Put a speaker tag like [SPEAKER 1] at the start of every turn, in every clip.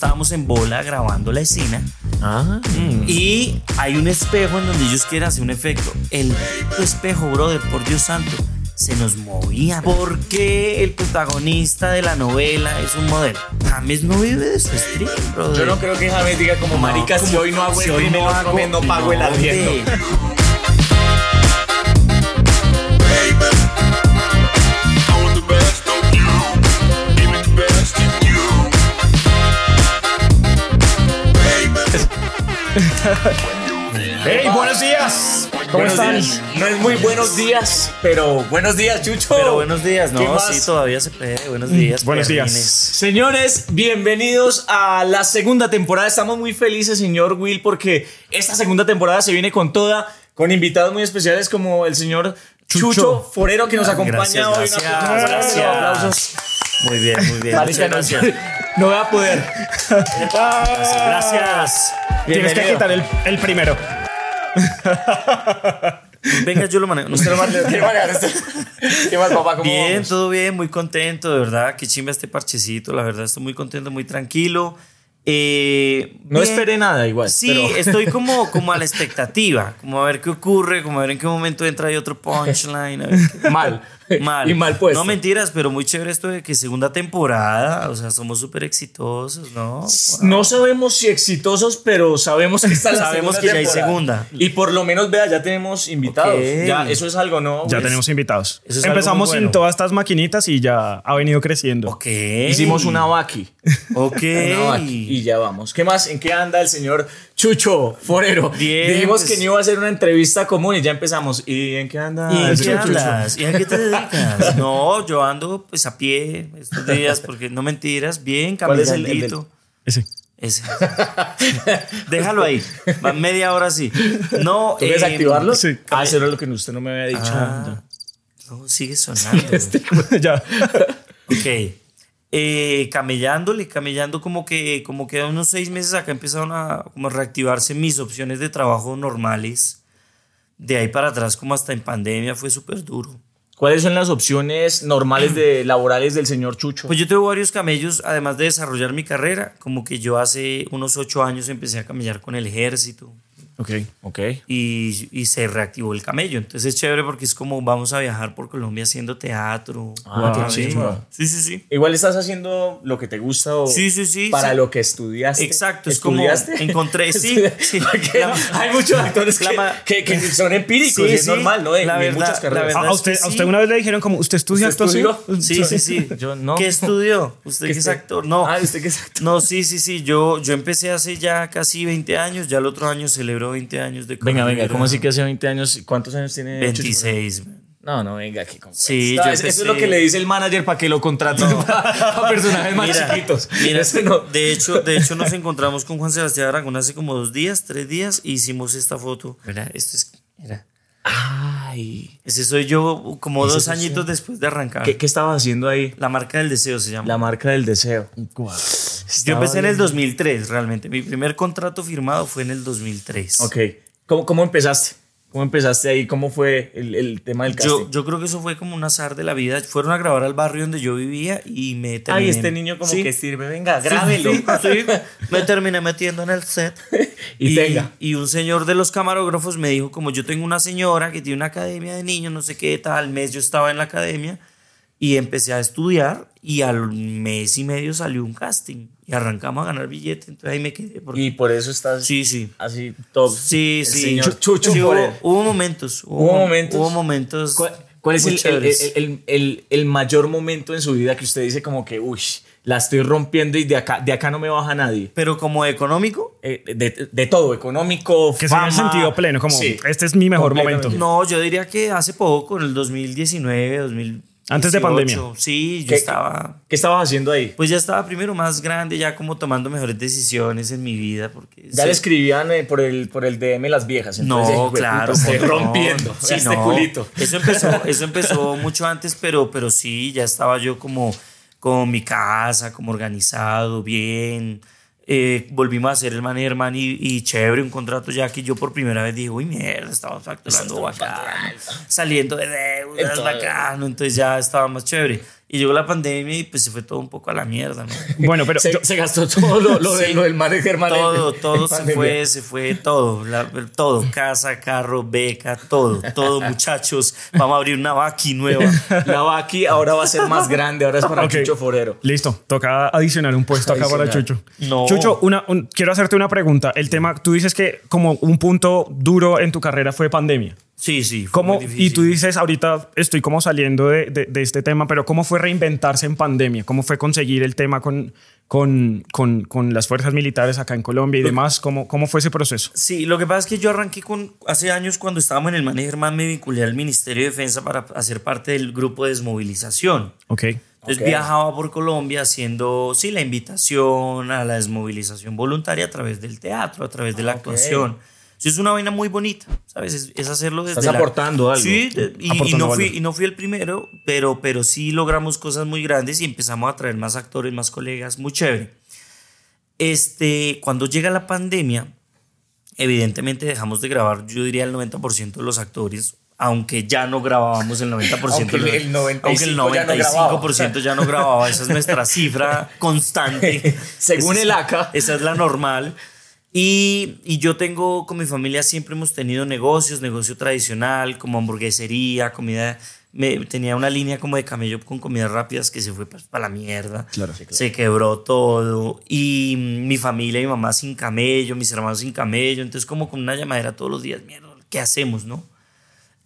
[SPEAKER 1] estábamos en bola grabando la escena
[SPEAKER 2] Ah,
[SPEAKER 1] y hay un espejo en donde ellos quieren hacer un efecto. El espejo, brother, por Dios santo, se nos movía. ¿Por qué el protagonista de la novela es un modelo? James no vive de su stream, brother.
[SPEAKER 3] Yo no creo que James diga como
[SPEAKER 1] No,
[SPEAKER 3] marica, si
[SPEAKER 1] como
[SPEAKER 3] hoy no hago
[SPEAKER 1] si
[SPEAKER 3] el
[SPEAKER 1] hoy
[SPEAKER 3] primer
[SPEAKER 1] hago-
[SPEAKER 3] examen, no pago el
[SPEAKER 1] No,
[SPEAKER 3] arriendo.
[SPEAKER 1] hombre.
[SPEAKER 4] I want the best of you. Give me the best in you.
[SPEAKER 2] ¡Hey, buenos días! ¿Cómo
[SPEAKER 3] Buenos
[SPEAKER 2] están?
[SPEAKER 3] días. No es muy buenos días, pero buenos días, Chucho.
[SPEAKER 1] Pero buenos días,
[SPEAKER 3] ¿Qué
[SPEAKER 1] no,
[SPEAKER 3] más? Mm,
[SPEAKER 1] sí, todavía se puede. Buenos días.
[SPEAKER 2] Buenos días.
[SPEAKER 1] perrines.
[SPEAKER 3] Señores, bienvenidos a la segunda temporada. Estamos muy felices, señor Will, porque esta segunda temporada se viene con toda, con invitados muy especiales como el señor Chucho,
[SPEAKER 2] Chucho.
[SPEAKER 3] Forero, que nos acompaña
[SPEAKER 1] Gracias,
[SPEAKER 3] hoy. Un
[SPEAKER 1] gracias,
[SPEAKER 3] aplauso,
[SPEAKER 1] gracias.
[SPEAKER 3] aplausos.
[SPEAKER 1] Muy bien, muy bien.
[SPEAKER 3] Marica,
[SPEAKER 1] Muchas
[SPEAKER 3] no-
[SPEAKER 1] gracias.
[SPEAKER 3] No voy a poder.
[SPEAKER 1] Gracias.
[SPEAKER 2] Tienes que
[SPEAKER 3] Ah. Bienvenido.
[SPEAKER 2] quitar el, el primero.
[SPEAKER 1] Venga, yo lo manejo. No,
[SPEAKER 3] Usted lo manda- ¿Qué más- ¿Qué más, papá? ¿Cómo
[SPEAKER 1] Bien,
[SPEAKER 3] vamos?
[SPEAKER 1] todo bien, muy contento, de verdad. Qué chimba este parchecito, la verdad, estoy muy contento, muy tranquilo. Eh,
[SPEAKER 3] No
[SPEAKER 1] bien.
[SPEAKER 3] esperé nada igual.
[SPEAKER 1] Sí,
[SPEAKER 3] pero-
[SPEAKER 1] estoy como, como a la expectativa, como a ver qué ocurre, como a ver en qué momento entra y otro punchline. a ver qué-
[SPEAKER 3] Mal.
[SPEAKER 1] Mal.
[SPEAKER 3] Y mal puesto.
[SPEAKER 1] No mentiras, pero muy chévere esto de que segunda temporada, o sea, somos súper exitosos, ¿no?
[SPEAKER 3] No sabemos si exitosos, pero sabemos que está la
[SPEAKER 1] Sabemos
[SPEAKER 3] segunda
[SPEAKER 1] que ya hay
[SPEAKER 3] temporada.
[SPEAKER 1] segunda.
[SPEAKER 3] Y por lo menos, vea, ya tenemos invitados.
[SPEAKER 1] Ok.
[SPEAKER 3] Ya, eso es algo, ¿no?
[SPEAKER 2] Ya
[SPEAKER 3] Pues,
[SPEAKER 2] tenemos invitados.
[SPEAKER 1] Eso es algo
[SPEAKER 2] Empezamos
[SPEAKER 1] muy
[SPEAKER 2] sin
[SPEAKER 1] bueno.
[SPEAKER 2] todas estas maquinitas y ya ha venido creciendo.
[SPEAKER 1] Ok.
[SPEAKER 3] Hicimos una vaqui.
[SPEAKER 1] Ok.
[SPEAKER 3] Una vaqui. Y ya vamos. ¿Qué más? ¿En qué anda el señor Chucho Forero?
[SPEAKER 1] Bien,
[SPEAKER 3] Dijimos
[SPEAKER 1] pues-
[SPEAKER 3] que no iba a ser una entrevista común y ya empezamos. ¿Y en qué anda?
[SPEAKER 1] ¿Y
[SPEAKER 3] el
[SPEAKER 1] en qué
[SPEAKER 3] señor
[SPEAKER 1] andas? ¿Y a qué te dedicas? No, yo ando pues a pie estos días porque no mentiras, bien
[SPEAKER 3] ¿Cuál es el- el
[SPEAKER 1] caminandito.
[SPEAKER 2] Ese.
[SPEAKER 1] Ese. Déjalo ahí, va media hora así. No,
[SPEAKER 3] ¿Tú quieres
[SPEAKER 1] eh,
[SPEAKER 3] activarlo?
[SPEAKER 2] sí.
[SPEAKER 3] Ah, eso era lo que usted no me había dicho.
[SPEAKER 1] Ah, no, sigue sonando.
[SPEAKER 3] Este.
[SPEAKER 2] ya.
[SPEAKER 1] Ok. Eh, camellándole, camellando como que como que a unos seis meses acá empezaron a como a reactivarse mis opciones de trabajo normales. De ahí para atrás, como hasta en pandemia, fue súper duro.
[SPEAKER 3] ¿Cuáles son las opciones
[SPEAKER 1] Ah.
[SPEAKER 3] normales de laborales del señor Chucho?
[SPEAKER 1] Pues yo tengo varios camellos, además de desarrollar mi carrera, como que yo hace unos ocho años empecé a camellar con el ejército
[SPEAKER 2] Ok.
[SPEAKER 3] Ok.
[SPEAKER 1] y, y se reactivó el camello. Entonces es chévere porque es como vamos a viajar por Colombia haciendo teatro.
[SPEAKER 3] Ah,
[SPEAKER 1] otra
[SPEAKER 3] qué
[SPEAKER 1] vez.
[SPEAKER 3] chimba.
[SPEAKER 1] Sí, sí, sí.
[SPEAKER 3] Igual estás haciendo lo que te gusta o
[SPEAKER 1] Sí, sí, sí,
[SPEAKER 3] para
[SPEAKER 1] sí.
[SPEAKER 3] lo que estudiaste.
[SPEAKER 1] Exacto, es como
[SPEAKER 3] ¿Estudiaste?
[SPEAKER 1] encontré, sí,
[SPEAKER 3] Estudia-
[SPEAKER 1] sí.
[SPEAKER 3] Porque
[SPEAKER 1] La-
[SPEAKER 3] hay muchos actores
[SPEAKER 1] la
[SPEAKER 3] que,
[SPEAKER 1] ma-
[SPEAKER 3] que- que son empíricos
[SPEAKER 1] Sí,
[SPEAKER 3] y es
[SPEAKER 1] sí,
[SPEAKER 3] normal, ¿no? En,
[SPEAKER 1] la
[SPEAKER 3] en
[SPEAKER 1] verdad,
[SPEAKER 3] muchas
[SPEAKER 1] la
[SPEAKER 3] carreras. Ah,
[SPEAKER 1] verdad.
[SPEAKER 2] A, a usted,
[SPEAKER 1] es que
[SPEAKER 2] a usted
[SPEAKER 1] sí.
[SPEAKER 2] una vez le dijeron como, ¿usted estudia
[SPEAKER 3] ¿Usted
[SPEAKER 2] actuación?
[SPEAKER 3] estudió?
[SPEAKER 1] Sí, sí, sí.
[SPEAKER 3] Yo no.
[SPEAKER 1] ¿Qué estudió? ¿Usted
[SPEAKER 3] ¿Qué
[SPEAKER 1] que es
[SPEAKER 3] estu-
[SPEAKER 1] actor? No.
[SPEAKER 3] Ah, ¿usted qué es actor?
[SPEAKER 1] No, sí, sí, sí. Yo, yo empecé hace ya casi 20 años. Ya el otro año celebro 20 años de
[SPEAKER 3] Venga, venga,
[SPEAKER 1] carrera.
[SPEAKER 3] ¿cómo así que hace 20 años? ¿Cuántos años tiene?
[SPEAKER 1] 26. man.
[SPEAKER 3] No, no, venga, que con-
[SPEAKER 1] Sí,
[SPEAKER 3] No,
[SPEAKER 1] yo
[SPEAKER 3] es-
[SPEAKER 1] empecé-
[SPEAKER 3] Eso es lo que le dice el manager para que lo contraten a personajes más
[SPEAKER 1] Mira,
[SPEAKER 3] chiquitos.
[SPEAKER 1] mira,
[SPEAKER 3] Eso no.
[SPEAKER 1] de, hecho, de hecho, nos encontramos con Juan Sebastián Aragón hace como dos días, tres días, e hicimos esta foto. Mira, esto es. mira.
[SPEAKER 3] Ay.
[SPEAKER 1] Ese soy yo como
[SPEAKER 3] Ese
[SPEAKER 1] dos
[SPEAKER 3] soy yo.
[SPEAKER 1] añitos después de arrancar.
[SPEAKER 3] ¿Qué, qué estabas haciendo ahí?
[SPEAKER 1] La marca del deseo se llama.
[SPEAKER 3] La marca del deseo.
[SPEAKER 1] yo
[SPEAKER 3] Estaba
[SPEAKER 1] empecé en el
[SPEAKER 3] viendo-
[SPEAKER 1] 2003, realmente. Mi primer contrato firmado fue en el 2003.
[SPEAKER 3] Ok. ¿Cómo, cómo empezaste? ¿Cómo empezaste ahí? ¿Cómo fue el, el tema del casting?
[SPEAKER 1] Yo, yo creo que eso fue como un azar de la vida. Fueron a grabar al barrio donde yo vivía y me terminé.
[SPEAKER 3] Ay, este niño como
[SPEAKER 1] Sí.
[SPEAKER 3] que sirve, venga,
[SPEAKER 1] Sí,
[SPEAKER 3] grábelo.
[SPEAKER 1] sí, sí. Me terminé metiendo en el set.
[SPEAKER 3] Y tenga.
[SPEAKER 1] y un señor de los camarógrafos me dijo, como yo tengo una señora que tiene una academia de niños, no sé qué, tal mes yo estaba en la academia y empecé a estudiar y al mes y medio salió un casting y arrancamos a ganar billete, entonces ahí me quedé. Porque,
[SPEAKER 3] Y por eso estás
[SPEAKER 1] sí, sí.
[SPEAKER 3] así top.
[SPEAKER 1] Sí,
[SPEAKER 3] El
[SPEAKER 1] sí.
[SPEAKER 3] señor Chucho
[SPEAKER 1] Sí, hubo,
[SPEAKER 3] Forero.
[SPEAKER 1] hubo momentos.
[SPEAKER 3] Hubo momentos.
[SPEAKER 1] Hubo momentos.
[SPEAKER 3] ¿Cuál, cuál es
[SPEAKER 1] muy
[SPEAKER 3] el, el,
[SPEAKER 1] chéveres.
[SPEAKER 3] el- el- el mayor momento en su vida que usted dice como que, uy, la estoy rompiendo y de acá, de acá no me baja nadie?
[SPEAKER 1] Pero como económico,
[SPEAKER 3] Eh, de, de todo, económico,
[SPEAKER 2] Que sea en el
[SPEAKER 3] fama.
[SPEAKER 2] sentido pleno, como,
[SPEAKER 3] Sí.
[SPEAKER 2] este es mi mejor
[SPEAKER 3] Completamente.
[SPEAKER 2] momento.
[SPEAKER 1] No, yo diría que hace poco, en el 2019, 2000.
[SPEAKER 2] Antes de pandemia.
[SPEAKER 1] Sí, yo
[SPEAKER 3] ¿Qué-
[SPEAKER 1] estaba.
[SPEAKER 3] ¿Qué estabas haciendo ahí?
[SPEAKER 1] Pues ya estaba primero más grande, ya como tomando mejores decisiones en mi vida. Porque
[SPEAKER 3] Ya
[SPEAKER 1] sí.
[SPEAKER 3] le escribían eh, por, el, por el DM las viejas.
[SPEAKER 1] No,
[SPEAKER 3] entonces, hijo de
[SPEAKER 1] claro.
[SPEAKER 3] puta, estoy
[SPEAKER 1] no.
[SPEAKER 3] rompiendo.
[SPEAKER 1] Sí,
[SPEAKER 3] este
[SPEAKER 1] no.
[SPEAKER 3] culito.
[SPEAKER 1] Eso empezó, eso empezó mucho antes, pero, pero sí, ya estaba yo como con mi casa, como organizado, bien. Eh, volvimos a hacer el man y Herman y, y chévere, un contrato ya que yo por primera vez dije, uy, mierda, estamos facturando bacán, saliendo de deudas,
[SPEAKER 3] Entonces-
[SPEAKER 1] bacano, entonces ya estaba más chévere. Y llegó la pandemia y pues se fue todo un poco a la mierda, ¿no?
[SPEAKER 2] Bueno, pero
[SPEAKER 3] se,
[SPEAKER 2] yo-
[SPEAKER 3] se gastó todo lo, lo de, lo del manager, manager.
[SPEAKER 1] Todo,
[SPEAKER 3] en
[SPEAKER 1] todo se
[SPEAKER 3] pandemia.
[SPEAKER 1] fue, se fue todo, la- todo, casa, carro, beca, todo, todo, muchachos, vamos a abrir una vaqui nueva.
[SPEAKER 3] La Baki ahora va a ser más grande, ahora es para
[SPEAKER 2] Ok.
[SPEAKER 3] Chucho Forero.
[SPEAKER 2] listo, toca adicionar un puesto acá para
[SPEAKER 3] Adicionar.
[SPEAKER 2] Chucho.
[SPEAKER 1] No.
[SPEAKER 2] Chucho, una, un- quiero hacerte una pregunta. El tema, tú dices que como un punto duro en tu carrera fue pandemia.
[SPEAKER 1] Sí, sí. fue
[SPEAKER 2] ¿Cómo,
[SPEAKER 1] muy
[SPEAKER 2] y tú
[SPEAKER 1] difícil.
[SPEAKER 2] dices, ahorita estoy como saliendo de, de- de este tema, pero ¿cómo fue reinventarse en pandemia? ¿Cómo fue conseguir el tema con, con, con, con las fuerzas militares acá en Colombia y demás? ¿Cómo, cómo fue ese proceso?
[SPEAKER 1] Sí, lo que pasa es que yo arranqué con, hace años cuando estábamos en el Manager Man, me vinculé al Ministerio de Defensa para hacer parte del grupo de desmovilización.
[SPEAKER 2] Ok.
[SPEAKER 1] Entonces
[SPEAKER 3] Ok.
[SPEAKER 1] viajaba por Colombia haciendo, sí, la invitación a la desmovilización voluntaria a través del teatro, a través de
[SPEAKER 3] Ah,
[SPEAKER 1] la actuación. Eso es una vaina muy bonita, ¿sabes? Es, es hacerlo desde
[SPEAKER 3] Estás
[SPEAKER 1] la-
[SPEAKER 3] aportando algo.
[SPEAKER 1] Sí, de- y, y
[SPEAKER 2] Aportando
[SPEAKER 1] no fui,
[SPEAKER 2] valor.
[SPEAKER 1] y no fui el primero, pero, pero sí logramos cosas muy grandes y empezamos a traer más actores, más colegas, muy chévere. Este, cuando llega la pandemia, evidentemente dejamos de grabar, yo diría el 90% de los actores, aunque ya no grabábamos el 90%.
[SPEAKER 3] Aunque el-
[SPEAKER 1] de los-
[SPEAKER 3] el 95
[SPEAKER 1] aunque el
[SPEAKER 3] ya no grababa.
[SPEAKER 1] 95% ya no grababa, esa es nuestra cifra constante.
[SPEAKER 3] Según
[SPEAKER 1] Esa es-
[SPEAKER 3] el ACA.
[SPEAKER 1] Esa es la normal. Y, y yo tengo, con mi familia siempre hemos tenido negocios, negocio tradicional, como hamburguesería, comida. Me, tenía una línea como de camello con comidas rápidas que se fue para la mierda. Se quebró todo. Y mm, mi familia, mi mamá sin camello, mis hermanos sin camello. Entonces, como con una llamadera todos los días, mierda, ¿qué hacemos, no?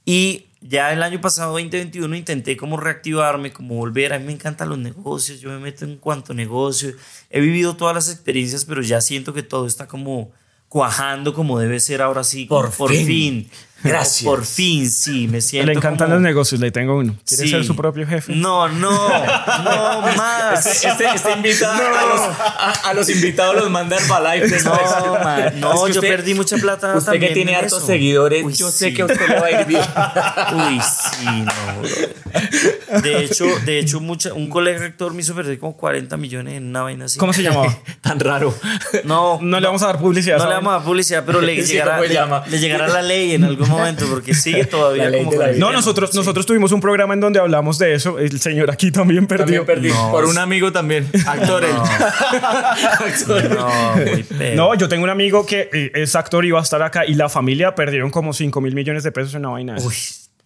[SPEAKER 1] Y ya el año pasado, 2021, intenté como reactivarme, como volver. A mí me encantan los negocios, yo me meto en cuanto negocio. He vivido todas las experiencias, pero ya siento que todo está como cuajando como debe ser ahora sí. como
[SPEAKER 3] Por fin. Gracias.
[SPEAKER 1] Por fin, sí, me siento
[SPEAKER 2] Le encantan
[SPEAKER 1] como-
[SPEAKER 2] los negocios, le tengo uno. ¿Quiere
[SPEAKER 1] Sí.
[SPEAKER 2] ser su propio jefe?
[SPEAKER 1] No, no, no más.
[SPEAKER 3] Este, este, este invita a, los, a- a los invitados los manda para live después.
[SPEAKER 1] No, man, no,
[SPEAKER 3] Es que
[SPEAKER 1] yo
[SPEAKER 3] usted-
[SPEAKER 1] perdí mucha plata
[SPEAKER 3] Usted
[SPEAKER 1] también
[SPEAKER 3] que tiene
[SPEAKER 1] en
[SPEAKER 3] hartos
[SPEAKER 1] eso.
[SPEAKER 3] seguidores,
[SPEAKER 1] Uy,
[SPEAKER 3] yo
[SPEAKER 1] sí.
[SPEAKER 3] sé que a usted le va a ir bien.
[SPEAKER 1] Uy, sí, no. brother. De hecho, de hecho mucha, un colega actor me hizo perder como 40 millones en una vaina así.
[SPEAKER 2] ¿Cómo se llamaba?
[SPEAKER 3] Tan raro.
[SPEAKER 1] No,
[SPEAKER 2] No le vamos a dar publicidad.
[SPEAKER 1] no le
[SPEAKER 2] ¿saben?
[SPEAKER 1] vamos a dar publicidad, pero le,
[SPEAKER 3] Sí,
[SPEAKER 1] llegará,
[SPEAKER 3] ¿cómo se
[SPEAKER 1] le-
[SPEAKER 3] llama?
[SPEAKER 1] le llegará la ley en algún momento porque sigue todavía
[SPEAKER 3] La ley
[SPEAKER 1] como
[SPEAKER 3] de la
[SPEAKER 1] con el
[SPEAKER 3] vida.
[SPEAKER 2] No,
[SPEAKER 1] tema.
[SPEAKER 2] nosotros,
[SPEAKER 1] Sí.
[SPEAKER 2] nosotros tuvimos un programa en donde hablamos de eso. El señor aquí también perdió.
[SPEAKER 3] También perdí.
[SPEAKER 1] No.
[SPEAKER 3] Por un amigo también. Actor él. Actor él.
[SPEAKER 1] No, muy feo.
[SPEAKER 2] No, yo tengo un amigo que eh, es actor y va a estar acá y la familia perdieron como 5 mil millones de pesos en una vaina.
[SPEAKER 1] Uy,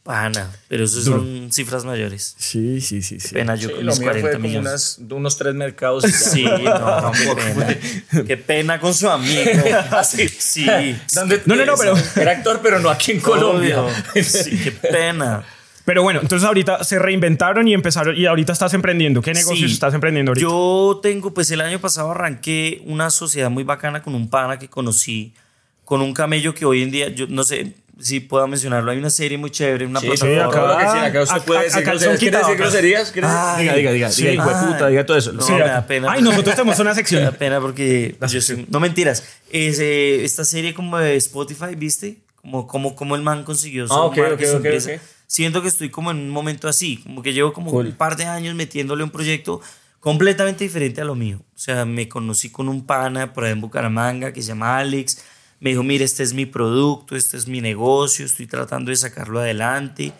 [SPEAKER 1] pana, pero eso son cifras mayores.
[SPEAKER 2] Sí, sí, sí, sí.
[SPEAKER 1] Pena yo
[SPEAKER 3] Sí,
[SPEAKER 1] con
[SPEAKER 3] lo
[SPEAKER 1] mis
[SPEAKER 3] mío
[SPEAKER 1] 40
[SPEAKER 3] fue como
[SPEAKER 1] millones.
[SPEAKER 3] unas- unos tres mercados. y ya.
[SPEAKER 1] Sí, no, qué pena. Qué pena con su amigo.
[SPEAKER 3] Así.
[SPEAKER 1] Sí.
[SPEAKER 3] Ah, ¿Dónde-
[SPEAKER 2] No, no, no, pero-
[SPEAKER 3] Era actor, pero no aquí en Colombia.
[SPEAKER 1] Obvio. Sí, qué pena.
[SPEAKER 2] Pero bueno, entonces ahorita se reinventaron y empezaron y ahorita estás emprendiendo. ¿Qué negocios
[SPEAKER 1] Sí.
[SPEAKER 2] estás emprendiendo ahorita?
[SPEAKER 1] Yo tengo, pues el año pasado arranqué una sociedad muy bacana con un pana que conocí, con un camello que hoy en día, yo no sé si puedo mencionarlo, hay una serie muy chévere, una plataforma.
[SPEAKER 2] acá-
[SPEAKER 3] Claro que sí, acá usted
[SPEAKER 2] a-
[SPEAKER 3] puede
[SPEAKER 2] a-
[SPEAKER 3] decir
[SPEAKER 2] a calzón
[SPEAKER 3] groserías. ¿Quiere
[SPEAKER 2] quitado,
[SPEAKER 3] decir
[SPEAKER 2] acá.
[SPEAKER 3] groserías? ¿Quiere decir-
[SPEAKER 1] Ay.
[SPEAKER 3] Diga, diga, diga.
[SPEAKER 2] Sí.
[SPEAKER 3] Diga, hijo de puta,
[SPEAKER 1] Ay.
[SPEAKER 3] diga todo eso.
[SPEAKER 1] No,
[SPEAKER 2] Sí,
[SPEAKER 1] me
[SPEAKER 2] acá.
[SPEAKER 1] da pena.
[SPEAKER 2] Ay, nosotros tenemos
[SPEAKER 1] Me
[SPEAKER 2] una
[SPEAKER 1] da
[SPEAKER 2] sección.
[SPEAKER 1] pena porque yo soy- no mentiras. Es, eh, esta serie como de Spotify, ¿viste? Como, como, como el man consiguió su
[SPEAKER 3] Ah, ok,
[SPEAKER 1] marca,
[SPEAKER 3] ok,
[SPEAKER 1] su
[SPEAKER 3] ok,
[SPEAKER 1] empresa.
[SPEAKER 3] ok.
[SPEAKER 1] Siento que estoy como en un momento así, como que llevo como
[SPEAKER 3] Cool.
[SPEAKER 1] un par de años metiéndole un proyecto completamente diferente a lo mío. O sea, me conocí con un pana por ahí en Bucaramanga que se llama Alex. Me dijo, mire, este es mi producto, este es mi negocio, estoy tratando de sacarlo adelante,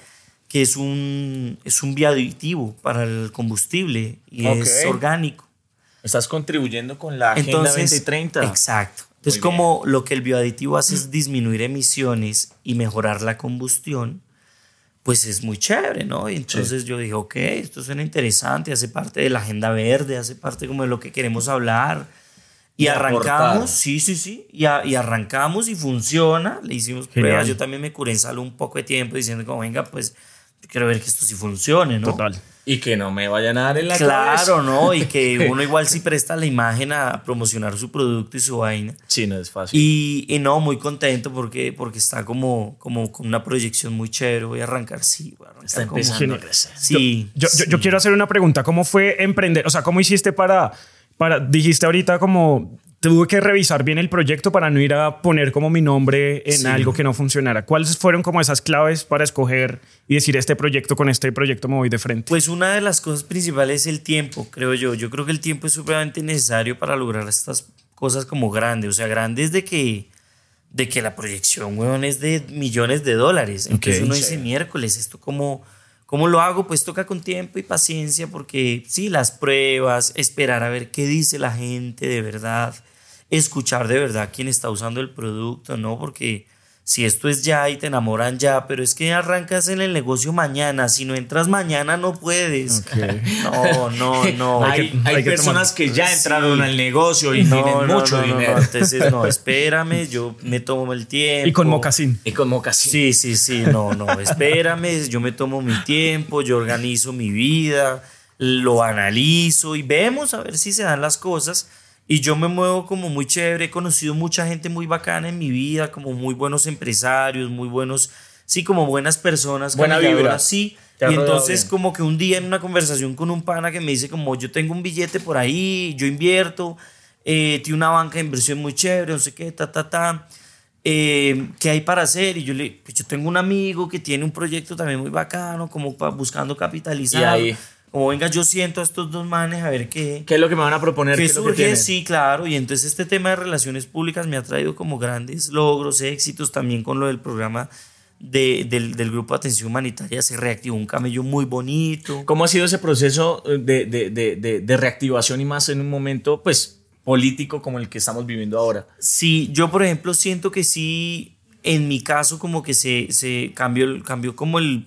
[SPEAKER 1] que es un, es un bioditivo para el combustible y es
[SPEAKER 3] Ok.
[SPEAKER 1] orgánico.
[SPEAKER 3] Estás contribuyendo con la Agenda
[SPEAKER 1] Entonces,
[SPEAKER 3] 2030.
[SPEAKER 1] Exacto. Entonces,
[SPEAKER 3] Muy bien.
[SPEAKER 1] como lo que el bioaditivo hace es disminuir emisiones y mejorar la combustión, pues es muy chévere, ¿no? Y entonces yo dije, ok, esto suena interesante, hace parte de la agenda verde, hace parte como de lo que queremos hablar. Y,
[SPEAKER 3] Y
[SPEAKER 1] arrancamos,
[SPEAKER 3] aportar.
[SPEAKER 1] sí, sí, sí, y, a- y arrancamos y funciona, le hicimos
[SPEAKER 2] Genial.
[SPEAKER 1] pruebas, yo también me curé en salud un poco de tiempo diciendo como, venga, pues yo quiero ver que esto sí funcione, ¿no?
[SPEAKER 2] Total.
[SPEAKER 3] Y que no me vayan a dar en la
[SPEAKER 1] Claro,
[SPEAKER 3] cabeza.
[SPEAKER 1] ¿no? Y que uno igual sí presta la imagen a promocionar su producto y su vaina.
[SPEAKER 3] Sí, no es fácil.
[SPEAKER 1] Y, y no, muy contento porque, porque está como, como con una proyección muy chévere. Voy a arrancar, sí, voy a arrancar
[SPEAKER 3] Está
[SPEAKER 1] como-
[SPEAKER 3] empezando a crecer.
[SPEAKER 1] Sí,
[SPEAKER 2] Yo, yo- yo
[SPEAKER 1] sí.
[SPEAKER 2] quiero hacer una pregunta. ¿Cómo fue emprender? O sea, ¿cómo hiciste para, para dijiste ahorita como tuve que revisar bien el proyecto para no ir a poner como mi nombre en
[SPEAKER 1] Sí.
[SPEAKER 2] algo que no funcionara? ¿Cuáles fueron como esas claves para escoger y decir este proyecto con este proyecto me voy de frente?
[SPEAKER 1] Pues una de las cosas principales es el tiempo, creo yo. Yo creo que el tiempo es supremamente necesario para lograr estas cosas como grandes. O sea, grandes de que, de que la proyección, weón, es de millones de dólares. Entonces uno dice, miércoles, ¿esto cómo, ¿Cómo lo hago? Pues toca con tiempo y paciencia porque sí, las pruebas, esperar a ver qué dice la gente de verdad, escuchar de verdad quién está usando el producto, ¿no? Porque si esto es ya y te enamoran ya, pero es que arrancas en el negocio mañana, si no entras mañana no puedes. No, no, no.
[SPEAKER 3] hay
[SPEAKER 2] que-
[SPEAKER 3] hay
[SPEAKER 2] hay que
[SPEAKER 3] personas que ya entraron
[SPEAKER 1] Sí.
[SPEAKER 3] al negocio y tienen mucho
[SPEAKER 1] no, no,
[SPEAKER 3] dinero.
[SPEAKER 1] no, entonces no, espérame, yo me tomo el tiempo.
[SPEAKER 2] Y con mocasín.
[SPEAKER 3] Y como casi.
[SPEAKER 1] Sí, sí, sí, no, no, espérame, yo me tomo mi tiempo, yo organizo mi vida, lo analizo y vemos a ver si se dan las cosas. Y yo me muevo como muy chévere, he conocido mucha gente muy bacana en mi vida, como muy buenos empresarios, muy buenos, sí, como buenas personas.
[SPEAKER 3] Buena
[SPEAKER 1] caminadoras,
[SPEAKER 3] vibra.
[SPEAKER 1] Sí.
[SPEAKER 3] Te has
[SPEAKER 1] Y
[SPEAKER 3] rodeado
[SPEAKER 1] entonces
[SPEAKER 3] bien.
[SPEAKER 1] como que un día en una conversación con un pana que me dice como yo tengo un billete por ahí, yo invierto, eh, tiene una banca de inversión muy chévere, no sé qué, ta, ta, ta. eh, ¿Qué hay para hacer? Y yo le pues yo tengo un amigo que tiene un proyecto también muy bacano, como pa- buscando capitalizar.
[SPEAKER 3] Y ahí.
[SPEAKER 1] Como venga, yo siento a estos dos manes a ver qué,
[SPEAKER 3] ¿Qué es lo que me van a proponer? ¿Qué
[SPEAKER 1] que
[SPEAKER 3] es lo que
[SPEAKER 1] surge,
[SPEAKER 3] tienen?
[SPEAKER 1] sí, claro. Y entonces este tema de relaciones públicas me ha traído como grandes logros, éxitos también con lo del programa de- del, del Grupo de Atención Humanitaria. Se reactivó un camello muy bonito.
[SPEAKER 3] ¿Cómo ha sido ese proceso eh, de, de- de- de- de reactivación y más en un momento, pues, político como el que estamos viviendo ahora?
[SPEAKER 1] Sí, yo por ejemplo siento que sí, en mi caso como que se, se cambió, el- cambió como el,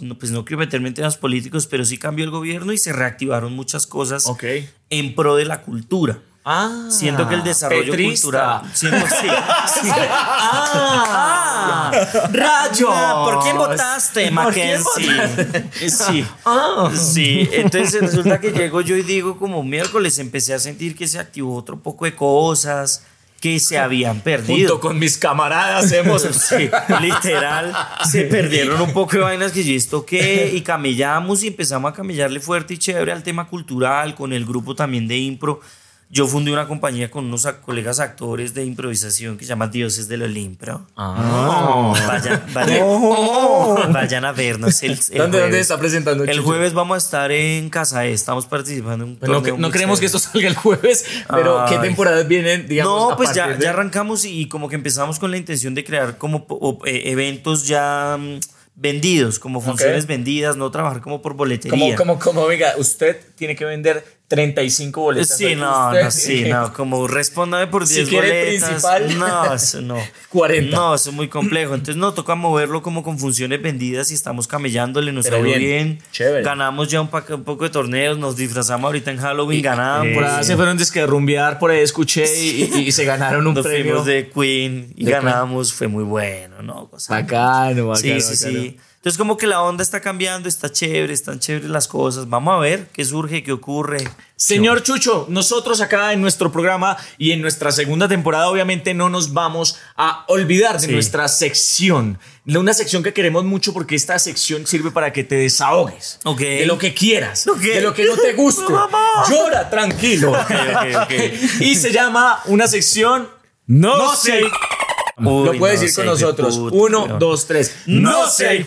[SPEAKER 1] no, pues no quiero meterme en temas políticos, pero sí cambió el gobierno y se reactivaron muchas cosas
[SPEAKER 3] Ok.
[SPEAKER 1] en pro de la cultura.
[SPEAKER 3] Ah,
[SPEAKER 1] Siento que el desarrollo
[SPEAKER 3] petrista.
[SPEAKER 1] cultural. Siento, sí, sí.
[SPEAKER 3] Ah, rayo.
[SPEAKER 1] Ah, ¿Por quién votaste,
[SPEAKER 3] ¿Por quién Ah.
[SPEAKER 1] Mackenzie? Sí. Sí, entonces resulta que llego yo y digo como miércoles empecé a sentir que se activó otro poco de cosas que se habían perdido.
[SPEAKER 3] Junto con mis camaradas hemos.
[SPEAKER 1] Sí, literal, se perdieron un poco de vainas que yo esto qué, y camellamos y empezamos a camellarle fuerte y chévere al tema cultural, con el grupo también de impro. Yo fundé una compañía con unos ac- colegas actores de improvisación que se llama Dioses del Olimpo.
[SPEAKER 3] Ah.
[SPEAKER 1] Vayan, vayan, vayan a vernos. El, el
[SPEAKER 3] Oh. ¿Dónde,
[SPEAKER 1] jueves.
[SPEAKER 3] ¿Dónde está presentando?
[SPEAKER 1] El
[SPEAKER 3] Chucho?
[SPEAKER 1] jueves vamos a estar en Casa E, estamos participando en un
[SPEAKER 3] Pues no, que-
[SPEAKER 1] torneo
[SPEAKER 3] no
[SPEAKER 1] muy
[SPEAKER 3] creemos que
[SPEAKER 1] chévere.
[SPEAKER 3] esto salga el jueves, pero ¿qué
[SPEAKER 1] Ay.
[SPEAKER 3] temporadas vienen? Digamos,
[SPEAKER 1] No,
[SPEAKER 3] a
[SPEAKER 1] pues ya,
[SPEAKER 3] partir de-
[SPEAKER 1] ya arrancamos y, y como que empezamos con la intención de crear como po- o, eh, eventos ya mm, vendidos, como funciones vendidas, no trabajar como por boletería. Eh,
[SPEAKER 3] Como, como, como, venga, usted tiene que vender 35 boletas.
[SPEAKER 1] Sí, no,
[SPEAKER 3] Usted
[SPEAKER 1] no, sí,
[SPEAKER 3] tiene-
[SPEAKER 1] no, como respóndame por
[SPEAKER 3] Si
[SPEAKER 1] 10
[SPEAKER 3] quiere el
[SPEAKER 1] boletas.
[SPEAKER 3] principal.
[SPEAKER 1] No, eso no.
[SPEAKER 3] 40.
[SPEAKER 1] No, eso es muy complejo. Entonces, no, toca moverlo como con funciones vendidas y estamos camellándole, nos
[SPEAKER 3] Pero
[SPEAKER 1] salió
[SPEAKER 3] bien,
[SPEAKER 1] bien.
[SPEAKER 3] chévere.
[SPEAKER 1] Ganamos ya un, pa- un poco de torneos, nos disfrazamos ahorita en Halloween, ganamos.
[SPEAKER 3] Por ahí se fueron disque a rumbear, por ahí escuché y, y- y se ganaron un
[SPEAKER 1] Nos
[SPEAKER 3] premio.
[SPEAKER 1] fuimos de Queen y
[SPEAKER 3] De Queen.
[SPEAKER 1] ganamos, fue muy bueno, ¿no? Cosa-
[SPEAKER 3] Bacano, bacano,
[SPEAKER 1] sí, sí,
[SPEAKER 3] bacano.
[SPEAKER 1] sí. Entonces como que la onda está cambiando, está chévere, están chéveres las cosas. Vamos a ver qué surge, qué ocurre.
[SPEAKER 3] Señor Chucho, nosotros acá en nuestro programa y en nuestra segunda temporada obviamente no nos vamos a olvidar de
[SPEAKER 1] Sí.
[SPEAKER 3] nuestra sección, de una sección que queremos mucho porque esta sección sirve para que te desahogues
[SPEAKER 1] Ok.
[SPEAKER 3] de lo que quieras,
[SPEAKER 1] Ok.
[SPEAKER 3] de lo que no te guste,
[SPEAKER 1] Mamá.
[SPEAKER 3] llora tranquilo
[SPEAKER 1] ok, ok.
[SPEAKER 3] y se llama una sección
[SPEAKER 2] No,
[SPEAKER 3] no
[SPEAKER 2] sé.
[SPEAKER 3] sé,
[SPEAKER 1] Uy,
[SPEAKER 3] lo puedes
[SPEAKER 1] no sé,
[SPEAKER 3] decir con
[SPEAKER 1] hijo de
[SPEAKER 3] nosotros,
[SPEAKER 1] puta, Ah,
[SPEAKER 3] uno,
[SPEAKER 1] weón.
[SPEAKER 3] dos, tres,
[SPEAKER 2] No sé.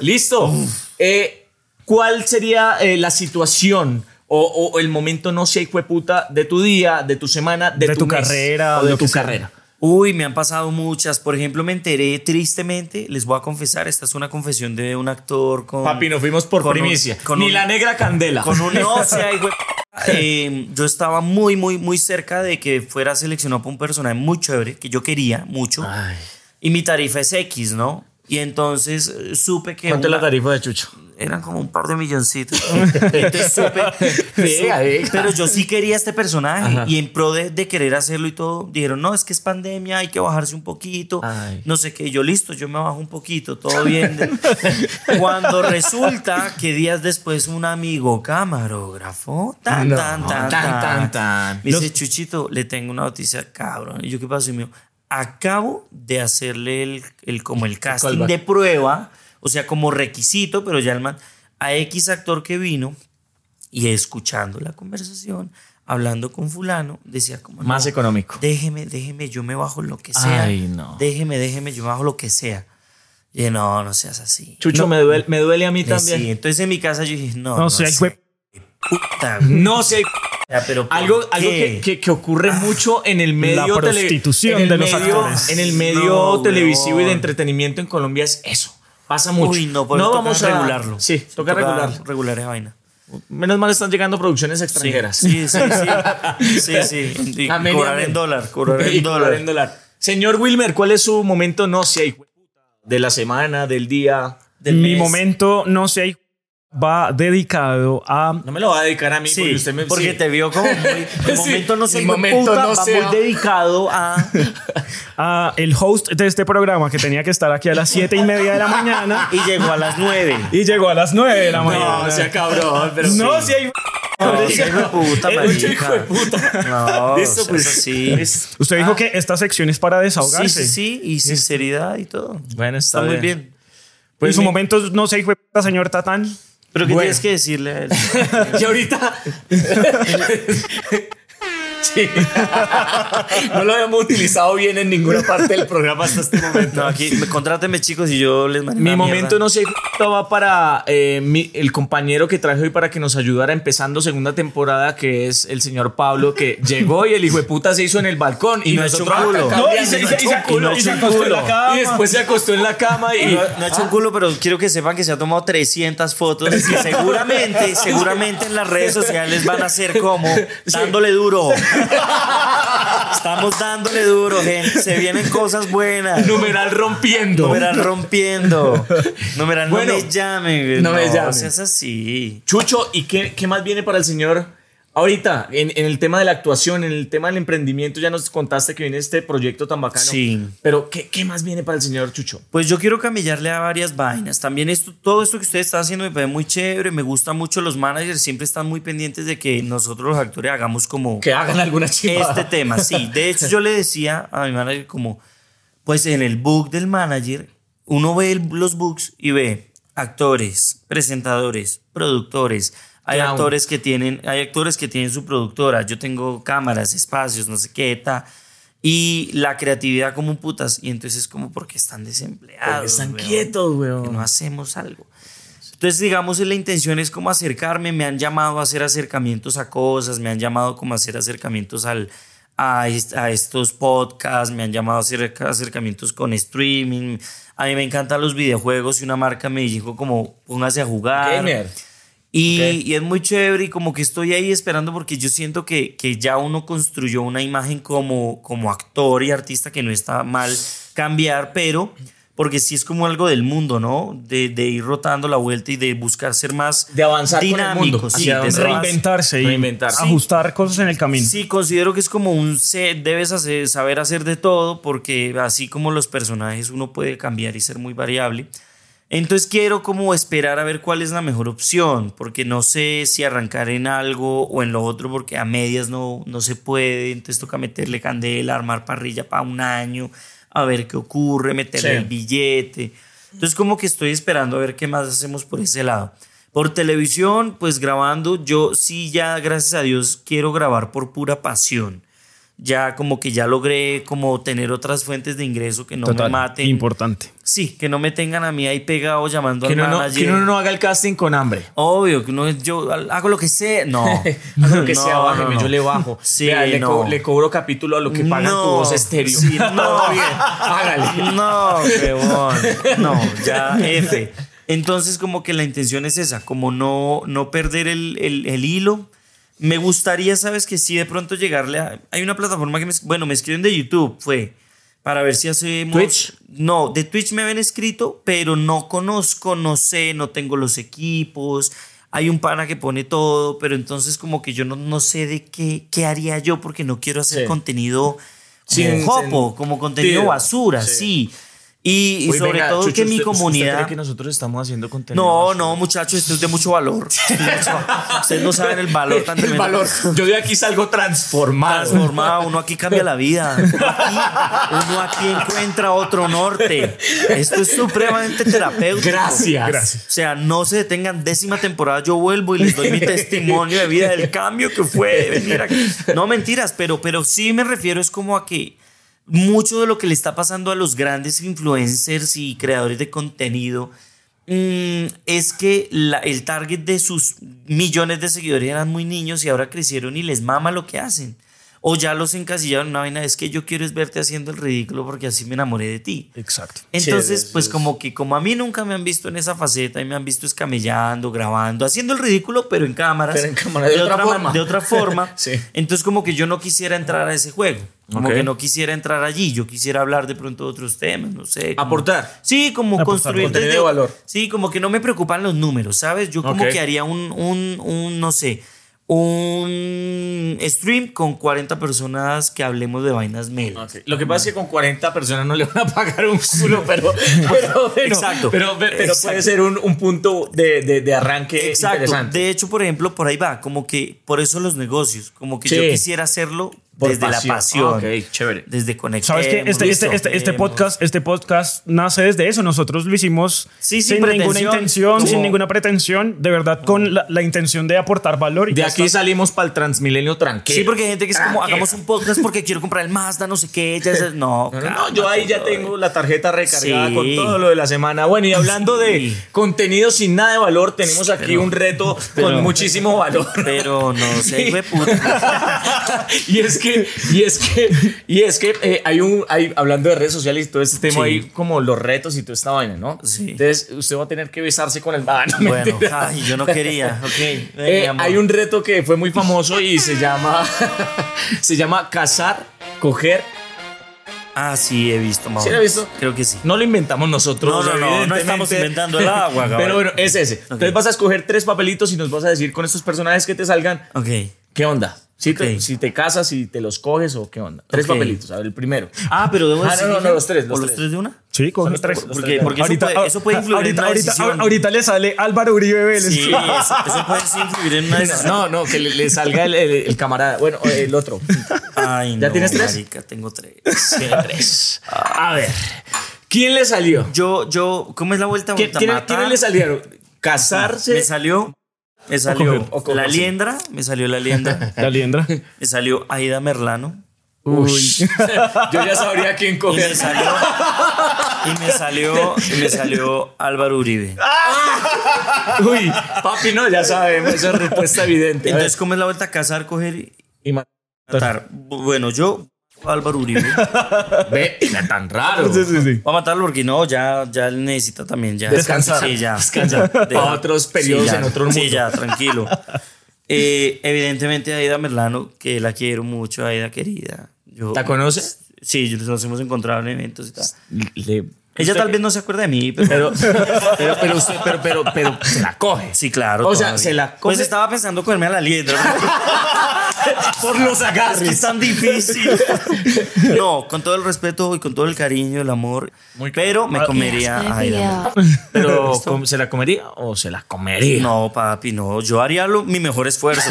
[SPEAKER 3] Listo. Eh, ¿Cuál sería eh, la situación o, o el momento, no sé, puta, de tu día, de tu semana, de,
[SPEAKER 2] De
[SPEAKER 3] tu,
[SPEAKER 2] tu
[SPEAKER 3] mes,
[SPEAKER 2] carrera,
[SPEAKER 3] o de
[SPEAKER 2] lo
[SPEAKER 3] tu
[SPEAKER 2] que sea.
[SPEAKER 3] carrera?
[SPEAKER 1] Uy, me han pasado muchas. Por ejemplo, me enteré tristemente, les voy a confesar, esta es una confesión de un actor con...
[SPEAKER 3] Papi, nos fuimos por
[SPEAKER 1] con un-
[SPEAKER 3] primicia.
[SPEAKER 1] con
[SPEAKER 3] Ni
[SPEAKER 1] un-
[SPEAKER 3] la negra candela.
[SPEAKER 1] Con un no, o sea, hijo de- Eh, yo estaba muy, muy, muy cerca de que fuera seleccionado por un personaje muy chévere que yo quería mucho.
[SPEAKER 3] Ay.
[SPEAKER 1] Y mi tarifa es X, ¿no? Y entonces eh, supe que.
[SPEAKER 3] ¿Cuánto es la
[SPEAKER 1] una-
[SPEAKER 3] tarifa de Chucho?
[SPEAKER 1] Eran como un par de milloncitos. Entonces supe.
[SPEAKER 3] Venga,
[SPEAKER 1] supe-
[SPEAKER 3] venga.
[SPEAKER 1] Pero yo sí quería este personaje.
[SPEAKER 3] Ajá.
[SPEAKER 1] Y en pro de, de querer hacerlo y todo, dijeron: No, es que es pandemia, hay que bajarse un poquito.
[SPEAKER 3] Ay.
[SPEAKER 1] No sé qué. Yo, listo, yo me bajo un poquito, todo bien. Cuando resulta que días después un amigo camarógrafo, tan,
[SPEAKER 3] No,
[SPEAKER 1] tan, tan,
[SPEAKER 3] tan,
[SPEAKER 1] tan,
[SPEAKER 3] tan, tan.
[SPEAKER 1] me dice, Chuchito, le tengo una noticia, cabrón. Y yo, ¿qué pasó? Y me dijo, acabo de hacerle el, el- como el casting
[SPEAKER 3] callback.
[SPEAKER 1] de prueba, o sea, como requisito, pero ya el man, a X actor que vino y escuchando la conversación, hablando con fulano, decía como...
[SPEAKER 3] Más
[SPEAKER 1] "No,
[SPEAKER 3] económico.
[SPEAKER 1] Déjeme, déjeme, yo me bajo lo que sea.
[SPEAKER 3] Ay, no.
[SPEAKER 1] Déjeme, déjeme, yo me bajo lo que sea. Y yo, no, no seas así.
[SPEAKER 3] Chucho, me, duele, me duele a mí
[SPEAKER 1] Le-
[SPEAKER 3] también.
[SPEAKER 1] sí, entonces en mi casa yo dije, no,
[SPEAKER 2] No sé, hijo de-
[SPEAKER 1] puta,
[SPEAKER 3] No sé.
[SPEAKER 1] ya, pero ¿por
[SPEAKER 3] Algo, algo
[SPEAKER 1] qué? Ah,
[SPEAKER 3] que, que- que ocurre mucho en el medio tele-
[SPEAKER 2] prostitución
[SPEAKER 3] en el
[SPEAKER 2] de los
[SPEAKER 3] medio-
[SPEAKER 2] actores.
[SPEAKER 3] En el medio
[SPEAKER 1] No,
[SPEAKER 3] televisivo y de
[SPEAKER 1] weón.
[SPEAKER 3] entretenimiento en Colombia es eso. Pasa mucho.
[SPEAKER 1] Uy, no, pero toca
[SPEAKER 3] a-
[SPEAKER 1] regularlo.
[SPEAKER 3] Sí, toca, regularlo.
[SPEAKER 1] Regular esa vaina.
[SPEAKER 3] Menos mal están llegando producciones extranjeras.
[SPEAKER 1] Sí, sí, sí. sí, sí. Y
[SPEAKER 3] Amén,
[SPEAKER 1] cobrar
[SPEAKER 3] amén.
[SPEAKER 1] en dólar, cobrar
[SPEAKER 3] Y
[SPEAKER 1] en
[SPEAKER 3] cobrar en
[SPEAKER 1] dólar.
[SPEAKER 3] dólar. Señor Wilmer, ¿cuál es su momento no sé hijo de puta? de la semana, del día?
[SPEAKER 1] del
[SPEAKER 2] Mi
[SPEAKER 1] mes.
[SPEAKER 2] momento, no sé, va dedicado a...
[SPEAKER 3] No me lo va a dedicar a mí
[SPEAKER 1] Sí,
[SPEAKER 3] porque
[SPEAKER 1] porque,
[SPEAKER 3] usted me sí.
[SPEAKER 1] te vio como muy. El
[SPEAKER 3] Sí,
[SPEAKER 1] momento no sé,
[SPEAKER 3] el
[SPEAKER 1] hijo de
[SPEAKER 3] momento
[SPEAKER 1] puta,
[SPEAKER 3] no
[SPEAKER 1] va
[SPEAKER 3] sea.
[SPEAKER 1] muy dedicado a.
[SPEAKER 2] a el host de este programa que tenía que estar aquí a las siete y media de la mañana
[SPEAKER 1] Y llegó a las nueve.
[SPEAKER 2] y llegó a las 9 de la mañana.
[SPEAKER 3] No, sea cabrón, pero
[SPEAKER 2] No,
[SPEAKER 3] sí.
[SPEAKER 2] si hay...
[SPEAKER 1] No, sí, hijo de puta,
[SPEAKER 3] Era un chico de
[SPEAKER 1] marica.
[SPEAKER 3] puta.
[SPEAKER 1] No,
[SPEAKER 3] Listo,
[SPEAKER 1] o sea,
[SPEAKER 3] pues.
[SPEAKER 1] Oh, eso sí.
[SPEAKER 2] Usted dijo que esta sección es para
[SPEAKER 1] Sí,
[SPEAKER 2] desahogarse.
[SPEAKER 1] Ah. sí, sí, y sinceridad y todo.
[SPEAKER 3] Bueno,
[SPEAKER 1] Está muy bien.
[SPEAKER 2] En
[SPEAKER 3] Pues
[SPEAKER 2] su
[SPEAKER 3] mi-
[SPEAKER 2] momento, no sé, hijo de puta, señor Tatán.
[SPEAKER 1] Pero ¿qué
[SPEAKER 3] Bueno.
[SPEAKER 1] tienes que decirle a él?
[SPEAKER 3] Y ahorita. Sí. No lo habíamos utilizado bien en ninguna parte del programa hasta este momento.
[SPEAKER 1] No, aquí, me- contráteme chicos y yo les manejo
[SPEAKER 3] Mi
[SPEAKER 1] la
[SPEAKER 3] momento
[SPEAKER 1] mierda.
[SPEAKER 3] no sé cuánto va para eh, mi- el compañero que traje hoy para que nos ayudara empezando segunda temporada, que es el señor Pablo, que llegó y el hijo de puta se hizo en el balcón y,
[SPEAKER 1] Y no
[SPEAKER 3] nosotros
[SPEAKER 1] echó un culo.
[SPEAKER 3] acá
[SPEAKER 1] No,
[SPEAKER 3] cambiando, no echó un
[SPEAKER 1] y
[SPEAKER 3] culo, no
[SPEAKER 1] se
[SPEAKER 3] echó un
[SPEAKER 1] acostó en la
[SPEAKER 3] culo.
[SPEAKER 2] cama.
[SPEAKER 3] Y después se acostó en la cama y...
[SPEAKER 1] No, no he hecho un culo, pero quiero que sepan que se ha tomado 300 fotos que seguramente, seguramente en las redes sociales van a ser como dándole duro. Estamos dándole duro, gente. Se vienen cosas buenas.
[SPEAKER 3] Numeral rompiendo.
[SPEAKER 1] Numeral rompiendo. Numeral
[SPEAKER 3] Bueno,
[SPEAKER 1] no me llamen. güey.
[SPEAKER 3] no me llamen.
[SPEAKER 1] o sea, es así.
[SPEAKER 3] Chucho, ¿y qué, qué más viene para el señor ahorita? En, en el tema de la actuación, en el tema del emprendimiento, ya nos contaste que viene este proyecto tan bacano.
[SPEAKER 1] Sí.
[SPEAKER 3] Pero ¿qué, qué más viene para el señor Chucho?
[SPEAKER 1] Pues yo quiero camillarle a varias vainas. También esto, todo esto que ustedes están haciendo me parece muy chévere. Me gusta mucho. Los managers siempre están muy pendientes de que nosotros los actores hagamos como
[SPEAKER 3] Que hagan alguna chimba.
[SPEAKER 1] este tema. Sí, de hecho yo le decía a mi manager como, pues en el book del manager, uno ve el- los books y ve actores, presentadores, productores. Hay
[SPEAKER 3] Clown.
[SPEAKER 1] actores que tienen, hay actores que tienen su productora. Yo tengo cámaras, espacios, no sé qué, ta. Y la creatividad como un putas. Y entonces como porque están desempleados.
[SPEAKER 3] Porque están
[SPEAKER 1] weón,
[SPEAKER 3] quietos, weón.
[SPEAKER 1] que no hacemos algo. Entonces, digamos, la intención es como acercarme, me han llamado a hacer acercamientos a cosas, me han llamado como a hacer acercamientos al, a, est- a estos podcasts, me han llamado a hacer acercamientos con streaming. A mí me encantan los videojuegos y una marca me dijo como, póngase a jugar.
[SPEAKER 3] Gamer.
[SPEAKER 1] Y,
[SPEAKER 3] Ok.
[SPEAKER 1] y es muy chévere y como que estoy ahí esperando porque yo siento que, que ya uno construyó una imagen como, como actor y artista que no está mal cambiar, pero porque sí es como algo del mundo, ¿no? De, de ir rotando la vuelta y de buscar ser más
[SPEAKER 3] De avanzar con el mundo,
[SPEAKER 1] dinámico, sí,
[SPEAKER 3] hacia
[SPEAKER 1] de
[SPEAKER 3] dónde
[SPEAKER 1] ser más-
[SPEAKER 2] Reinventarse y
[SPEAKER 3] Reinventarse.
[SPEAKER 2] ajustar cosas en el camino.
[SPEAKER 1] Sí, considero que es como un set, debes hacer- saber hacer de todo porque así como los personajes uno puede cambiar y ser muy variable. Entonces quiero como esperar a ver cuál es la mejor opción, porque no sé si arrancar en algo o en lo otro, porque a medias no, no se puede, entonces toca meterle candela, armar parrilla para un año, a ver qué ocurre, meterle
[SPEAKER 3] Sí.
[SPEAKER 1] el billete. Entonces como que estoy esperando a ver qué más hacemos por ese lado. Por televisión, pues grabando, yo sí ya, gracias a Dios, quiero grabar por pura pasión. Ya como que ya logré como tener otras fuentes de ingreso que no
[SPEAKER 2] Total,
[SPEAKER 1] me maten.
[SPEAKER 2] importante.
[SPEAKER 1] Sí, que no me tengan a mí ahí pegado llamando
[SPEAKER 3] Que
[SPEAKER 1] al
[SPEAKER 3] no, no-
[SPEAKER 1] manager.
[SPEAKER 3] que uno no haga el casting con hambre.
[SPEAKER 1] Obvio, que uno, yo hago lo que sea. No.
[SPEAKER 3] Haga lo que sea,
[SPEAKER 1] No,
[SPEAKER 3] bájeme,
[SPEAKER 1] no, no.
[SPEAKER 3] yo le bajo.
[SPEAKER 1] Sí,
[SPEAKER 3] Vea, le, co-
[SPEAKER 1] no.
[SPEAKER 3] le cobro capítulo a lo que pagan
[SPEAKER 1] No,
[SPEAKER 3] tu voz estéreo.
[SPEAKER 1] sí, no.
[SPEAKER 3] Hágale.
[SPEAKER 1] No, huevón. No, ya, F. Entonces, como que la intención es esa, como no, no perder el, el- el hilo. Me gustaría, ¿sabes? Que sí, de pronto llegarle a. Hay una plataforma que me. Bueno, me escriben de YouTube, fue. Para ver si hacemos.
[SPEAKER 3] ¿Twitch?
[SPEAKER 1] No, de Twitch me habían escrito, pero no conozco, no sé, no tengo los equipos. Hay un pana que pone todo, pero entonces, como que yo no, no sé de qué, qué haría yo, porque no quiero hacer
[SPEAKER 3] Sí.
[SPEAKER 1] contenido.
[SPEAKER 3] Sí,
[SPEAKER 1] como
[SPEAKER 3] en-
[SPEAKER 1] jopo,
[SPEAKER 3] en-
[SPEAKER 1] como contenido
[SPEAKER 3] Sí.
[SPEAKER 1] basura,
[SPEAKER 3] Sí.
[SPEAKER 1] sí. Y, y
[SPEAKER 3] Uy,
[SPEAKER 1] sobre
[SPEAKER 3] venga,
[SPEAKER 1] todo
[SPEAKER 3] Chucho,
[SPEAKER 1] que mi
[SPEAKER 3] usted- usted cree
[SPEAKER 1] comunidad.
[SPEAKER 3] que nosotros estamos haciendo contenido.
[SPEAKER 1] No, no, muchachos, esto es de mucho valor. Esto es de mucho valor. Ustedes no saben el valor tan
[SPEAKER 3] El
[SPEAKER 1] tremendo.
[SPEAKER 3] valor. Yo de aquí salgo transformado.
[SPEAKER 1] Transformado, uno aquí cambia la vida. Uno aquí, uno aquí encuentra otro norte. Esto es supremamente terapéutico.
[SPEAKER 3] Gracias.
[SPEAKER 1] O sea, no se detengan. Décima temporada yo vuelvo y les doy mi testimonio de vida del cambio que fue venir aquí. No mentiras, pero, pero sí me refiero es como a que mucho de lo que le está pasando a los grandes influencers y creadores de contenido mm, es que la- el target de sus millones de seguidores eran muy niños y ahora crecieron y les mama lo que hacen. o ya los encasillaron en una vaina, es que yo quiero es verte haciendo el ridículo porque así me enamoré de ti.
[SPEAKER 2] Exacto.
[SPEAKER 1] Entonces,
[SPEAKER 3] Sí, es-
[SPEAKER 1] pues
[SPEAKER 3] es-
[SPEAKER 1] como que como a mí nunca me han visto en esa faceta y me han visto escamellando, grabando, haciendo el ridículo, pero en cámaras.
[SPEAKER 3] Pero en cámara, de otra
[SPEAKER 1] ma-
[SPEAKER 3] forma.
[SPEAKER 1] De otra forma.
[SPEAKER 3] Sí.
[SPEAKER 1] Entonces como que yo no quisiera entrar a ese juego. Como
[SPEAKER 3] Ok.
[SPEAKER 1] que no quisiera entrar allí. Yo quisiera hablar de pronto de otros temas, no sé. como-
[SPEAKER 3] Aportar.
[SPEAKER 1] Sí, como
[SPEAKER 2] Aportar,
[SPEAKER 1] construir
[SPEAKER 3] contenido
[SPEAKER 1] desde-
[SPEAKER 3] de valor.
[SPEAKER 1] Sí, como que no me preocupan los números, ¿sabes? Yo como
[SPEAKER 3] Ok.
[SPEAKER 1] que haría un, un, un, no sé, un stream con 40 personas que hablemos de vainas mel.
[SPEAKER 3] Lo que pasa es que con 40 personas no le van a pagar un culo, pero, pero, pero-
[SPEAKER 1] Exacto.
[SPEAKER 3] pero, pero puede
[SPEAKER 1] Exacto.
[SPEAKER 3] ser un, un punto de, de- de arranque
[SPEAKER 1] Exacto.
[SPEAKER 3] interesante.
[SPEAKER 1] De hecho, por ejemplo, por ahí va, como que por eso los negocios, como que
[SPEAKER 3] Sí.
[SPEAKER 1] yo quisiera hacerlo
[SPEAKER 3] Por
[SPEAKER 1] desde
[SPEAKER 3] pasión.
[SPEAKER 1] la pasión. Ah,
[SPEAKER 3] Ok, chévere.
[SPEAKER 1] Desde conectar.
[SPEAKER 2] ¿Sabes qué? Este, este, este,
[SPEAKER 1] Em.
[SPEAKER 2] este podcast, este podcast nace desde eso. Nosotros lo hicimos
[SPEAKER 1] Sí, sin
[SPEAKER 2] sin ninguna
[SPEAKER 1] pretensión,
[SPEAKER 2] intención,
[SPEAKER 1] como-
[SPEAKER 2] sin ninguna pretensión, de verdad, con la, la intención de aportar valor. Y
[SPEAKER 3] De
[SPEAKER 2] ya
[SPEAKER 3] aquí
[SPEAKER 2] está.
[SPEAKER 3] salimos para el Transmilenio tranquilo.
[SPEAKER 1] Sí, porque hay gente que es como, hagamos un podcast porque quiero comprar el Mazda, no sé qué. ya es- no,
[SPEAKER 3] No, no, yo ahí ya tengo la tarjeta recargada
[SPEAKER 1] Sí.
[SPEAKER 3] con todo lo de la semana. Bueno, y hablando de
[SPEAKER 1] Sí.
[SPEAKER 3] contenido sin nada de valor, tenemos aquí un reto con muchísimo valor.
[SPEAKER 1] Pero no sé, hijo de puta.
[SPEAKER 3] y es que, y es que, y es que eh, hay un, hay, hablando de redes sociales y todo este tema,
[SPEAKER 1] Sí.
[SPEAKER 3] hay como los retos y toda esta vaina, ¿no?
[SPEAKER 1] Sí.
[SPEAKER 3] Entonces, usted va a tener que besarse con el ah, no,
[SPEAKER 1] Bueno,
[SPEAKER 3] mentira.
[SPEAKER 1] ay, yo no quería. Ok, ven,
[SPEAKER 3] Eh,
[SPEAKER 1] mi amor.
[SPEAKER 3] hay un reto que fue muy famoso y se llama, se llama cazar, coger.
[SPEAKER 1] Ah, sí, he visto, mamá.
[SPEAKER 3] ¿Sí lo he visto?
[SPEAKER 1] Creo que sí.
[SPEAKER 3] No lo inventamos nosotros.
[SPEAKER 1] No, no, no, no
[SPEAKER 3] evidentemente.
[SPEAKER 1] estamos inventando el agua, cabrón.
[SPEAKER 3] Pero bueno, es ese. Entonces vas a escoger tres papelitos y nos vas a decir con estos personajes que te salgan,
[SPEAKER 1] Ok.
[SPEAKER 3] ¿qué onda? Si te,
[SPEAKER 1] Ok.
[SPEAKER 3] si te casas, si te los coges o qué onda. Tres
[SPEAKER 1] Ok.
[SPEAKER 3] papelitos. A ver, el primero.
[SPEAKER 1] Ah, pero debo
[SPEAKER 3] Ah, no,
[SPEAKER 1] decir.
[SPEAKER 3] no, no, los tres, los
[SPEAKER 1] ¿O los
[SPEAKER 3] tres.
[SPEAKER 1] tres de una?
[SPEAKER 2] Sí, con
[SPEAKER 3] los
[SPEAKER 2] tres. ah,
[SPEAKER 3] tres, los
[SPEAKER 1] Porque, porque eso, puede, eso puede influir
[SPEAKER 2] ahorita,
[SPEAKER 1] en una
[SPEAKER 2] ahorita, ah,
[SPEAKER 1] decisión.
[SPEAKER 2] ahorita le sale Álvaro Uribe Vélez.
[SPEAKER 1] Sí, eso, eso puede influir en una decisión.
[SPEAKER 3] No, no, que le, le salga el, el- el camarada. Bueno, el otro.
[SPEAKER 1] Ay,
[SPEAKER 3] ¿Ya
[SPEAKER 1] no,
[SPEAKER 3] tienes tres?
[SPEAKER 1] marica, tengo tres.
[SPEAKER 3] A ver. ¿Quién le salió?
[SPEAKER 1] Yo, yo, ¿cómo es la vuelta?
[SPEAKER 3] ¿Qui-
[SPEAKER 1] Vuelta,
[SPEAKER 3] ¿Quién,
[SPEAKER 1] mata.
[SPEAKER 3] ¿Quiénes le salieron? ¿Casarse?
[SPEAKER 1] Me salió, me salió
[SPEAKER 3] coger, o coger,
[SPEAKER 1] la
[SPEAKER 3] sí.
[SPEAKER 1] liendra, me salió la liendra,
[SPEAKER 2] La liendra.
[SPEAKER 1] me salió Aida Merlano
[SPEAKER 3] Uy. Yo ya sabría quién
[SPEAKER 1] y me
[SPEAKER 3] coger.
[SPEAKER 1] salió, y me salió, y me salió Álvaro Uribe.
[SPEAKER 3] Ah, Uy, papi, no, ya sabemos. Esa es respuesta evidente. A ver.
[SPEAKER 1] Entonces, ¿cómo es la vuelta? Cazar, coger y
[SPEAKER 3] Y ma-
[SPEAKER 1] matar. Bu- Bueno, yo, Álvaro Uribe.
[SPEAKER 3] Ve, era tan raro.
[SPEAKER 2] Sí, sí, sí.
[SPEAKER 1] Voy a matarlo porque no, ya, ya él necesita también ya.
[SPEAKER 3] Descansar.
[SPEAKER 1] Sí, ya.
[SPEAKER 3] Descansar.
[SPEAKER 1] Ya.
[SPEAKER 3] Pa' otros periodos
[SPEAKER 1] ya.
[SPEAKER 3] en otro mundo.
[SPEAKER 1] Sí, ya, tranquilo. Eh, evidentemente Aida Merlano, que la quiero mucho, Aida querida. Yo,
[SPEAKER 3] ¿La conoces?
[SPEAKER 1] sí, nos hemos encontrado en eventos y tal.
[SPEAKER 3] Le-
[SPEAKER 1] Ella tal vez no se acuerda de mí, pero...
[SPEAKER 3] Pero, pero, pero usted, pero, pero, pero se la coge.
[SPEAKER 1] Sí, claro.
[SPEAKER 3] O sea,
[SPEAKER 1] todavía.
[SPEAKER 3] se la
[SPEAKER 1] Pues
[SPEAKER 3] come-
[SPEAKER 1] estaba pensando comerme a la liendra.
[SPEAKER 3] Por
[SPEAKER 1] es
[SPEAKER 3] los
[SPEAKER 1] que es
[SPEAKER 3] agarres.
[SPEAKER 1] tan difícil. No, con todo el respeto y con todo el cariño, el amor. pero me comería a Aida Merlano.
[SPEAKER 3] Pero, ¿cómo- ¿se la comería o se la comería?
[SPEAKER 1] No, papi, no. Yo haría lo- mi mejor esfuerzo.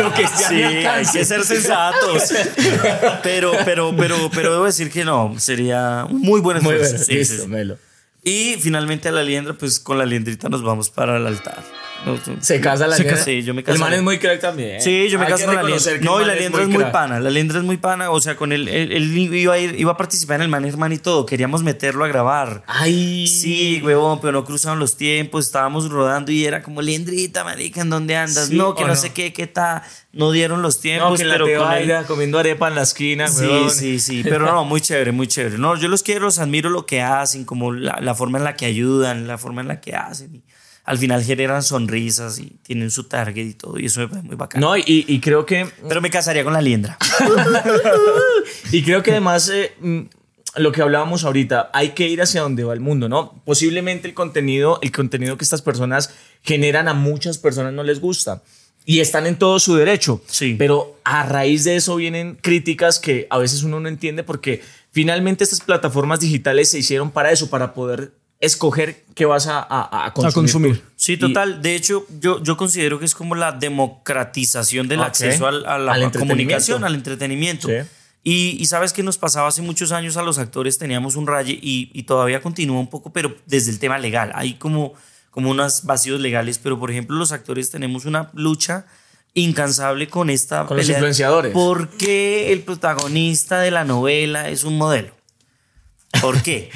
[SPEAKER 3] Lo que sea
[SPEAKER 1] Sí,
[SPEAKER 3] me
[SPEAKER 1] hay
[SPEAKER 3] alcance.
[SPEAKER 1] que ser sensatos. Pero, pero, pero, pero debo decir que no. Sería un muy buen
[SPEAKER 3] Muy
[SPEAKER 1] esfuerzo.
[SPEAKER 3] bueno,
[SPEAKER 1] Sí,
[SPEAKER 3] listo,
[SPEAKER 1] sí, sí.
[SPEAKER 3] Melo.
[SPEAKER 1] Y finalmente a la liendra, pues con la liendrita nos vamos para el altar. No, no.
[SPEAKER 3] Se casa la
[SPEAKER 1] Se
[SPEAKER 3] liendra.
[SPEAKER 1] casa- sí, yo me
[SPEAKER 3] El man
[SPEAKER 1] casaré.
[SPEAKER 3] es muy crack también.
[SPEAKER 1] Sí, yo me
[SPEAKER 3] Hay
[SPEAKER 1] caso
[SPEAKER 3] que
[SPEAKER 1] con la
[SPEAKER 3] reconocer
[SPEAKER 1] liendra.
[SPEAKER 3] que el
[SPEAKER 1] No, y
[SPEAKER 3] man
[SPEAKER 1] la
[SPEAKER 3] es
[SPEAKER 1] liendra es muy
[SPEAKER 3] crack.
[SPEAKER 1] pana. La liendra es muy pana. O sea, con él, él, él iba, a ir- iba a participar en el Man Herman y todo. Queríamos meterlo a grabar.
[SPEAKER 3] Ay.
[SPEAKER 1] Sí, huevón, pero no cruzaban los tiempos, estábamos rodando y era como Liendrita, marica, ¿en dónde andas?
[SPEAKER 3] Sí,
[SPEAKER 1] no, que
[SPEAKER 3] ¿o
[SPEAKER 1] no,
[SPEAKER 3] no?
[SPEAKER 1] sé qué, qué tal. No dieron los tiempos,
[SPEAKER 3] No, que la
[SPEAKER 1] pues, pero
[SPEAKER 3] teo
[SPEAKER 1] con él-
[SPEAKER 3] Aida comiendo arepa en la esquina,
[SPEAKER 1] Sí,
[SPEAKER 3] weón.
[SPEAKER 1] sí, sí, pero no, muy chévere, muy chévere. No, yo los quiero, los admiro lo que hacen, como la, la forma en la que ayudan, la forma en la que hacen. Y al final generan sonrisas y tienen su target y todo, y eso me parece muy bacán.
[SPEAKER 3] No, y, y creo que
[SPEAKER 1] Pero me casaría con la liendra.
[SPEAKER 3] Y creo que además eh, mm, lo que hablábamos ahorita, hay que ir hacia donde va el mundo, ¿no? Posiblemente el contenido, el contenido que estas personas generan a muchas personas no les gusta y están en todo su derecho.
[SPEAKER 1] Sí.
[SPEAKER 3] Pero a raíz de eso vienen críticas que a veces uno no entiende porque finalmente estas plataformas digitales se hicieron para eso, para poder escoger qué vas a, a- a consumir.
[SPEAKER 2] consumir.
[SPEAKER 1] Sí,
[SPEAKER 3] Y-
[SPEAKER 1] total. de hecho, yo, yo considero que es como la democratización del
[SPEAKER 3] Ah, Ok.
[SPEAKER 1] acceso al- a la
[SPEAKER 3] Al entretenimiento.
[SPEAKER 1] comunicación, al entretenimiento.
[SPEAKER 3] Sí.
[SPEAKER 1] Y, y sabes que nos pasaba hace muchos años a los actores, teníamos un raye y, y todavía continúa un poco, pero desde el tema legal. Hay como, como unos vacíos legales, pero por ejemplo, los actores tenemos una lucha incansable con esta.
[SPEAKER 3] Con los influenciadores.
[SPEAKER 1] ¿Por qué el protagonista de la novela es un modelo? ¿Por qué?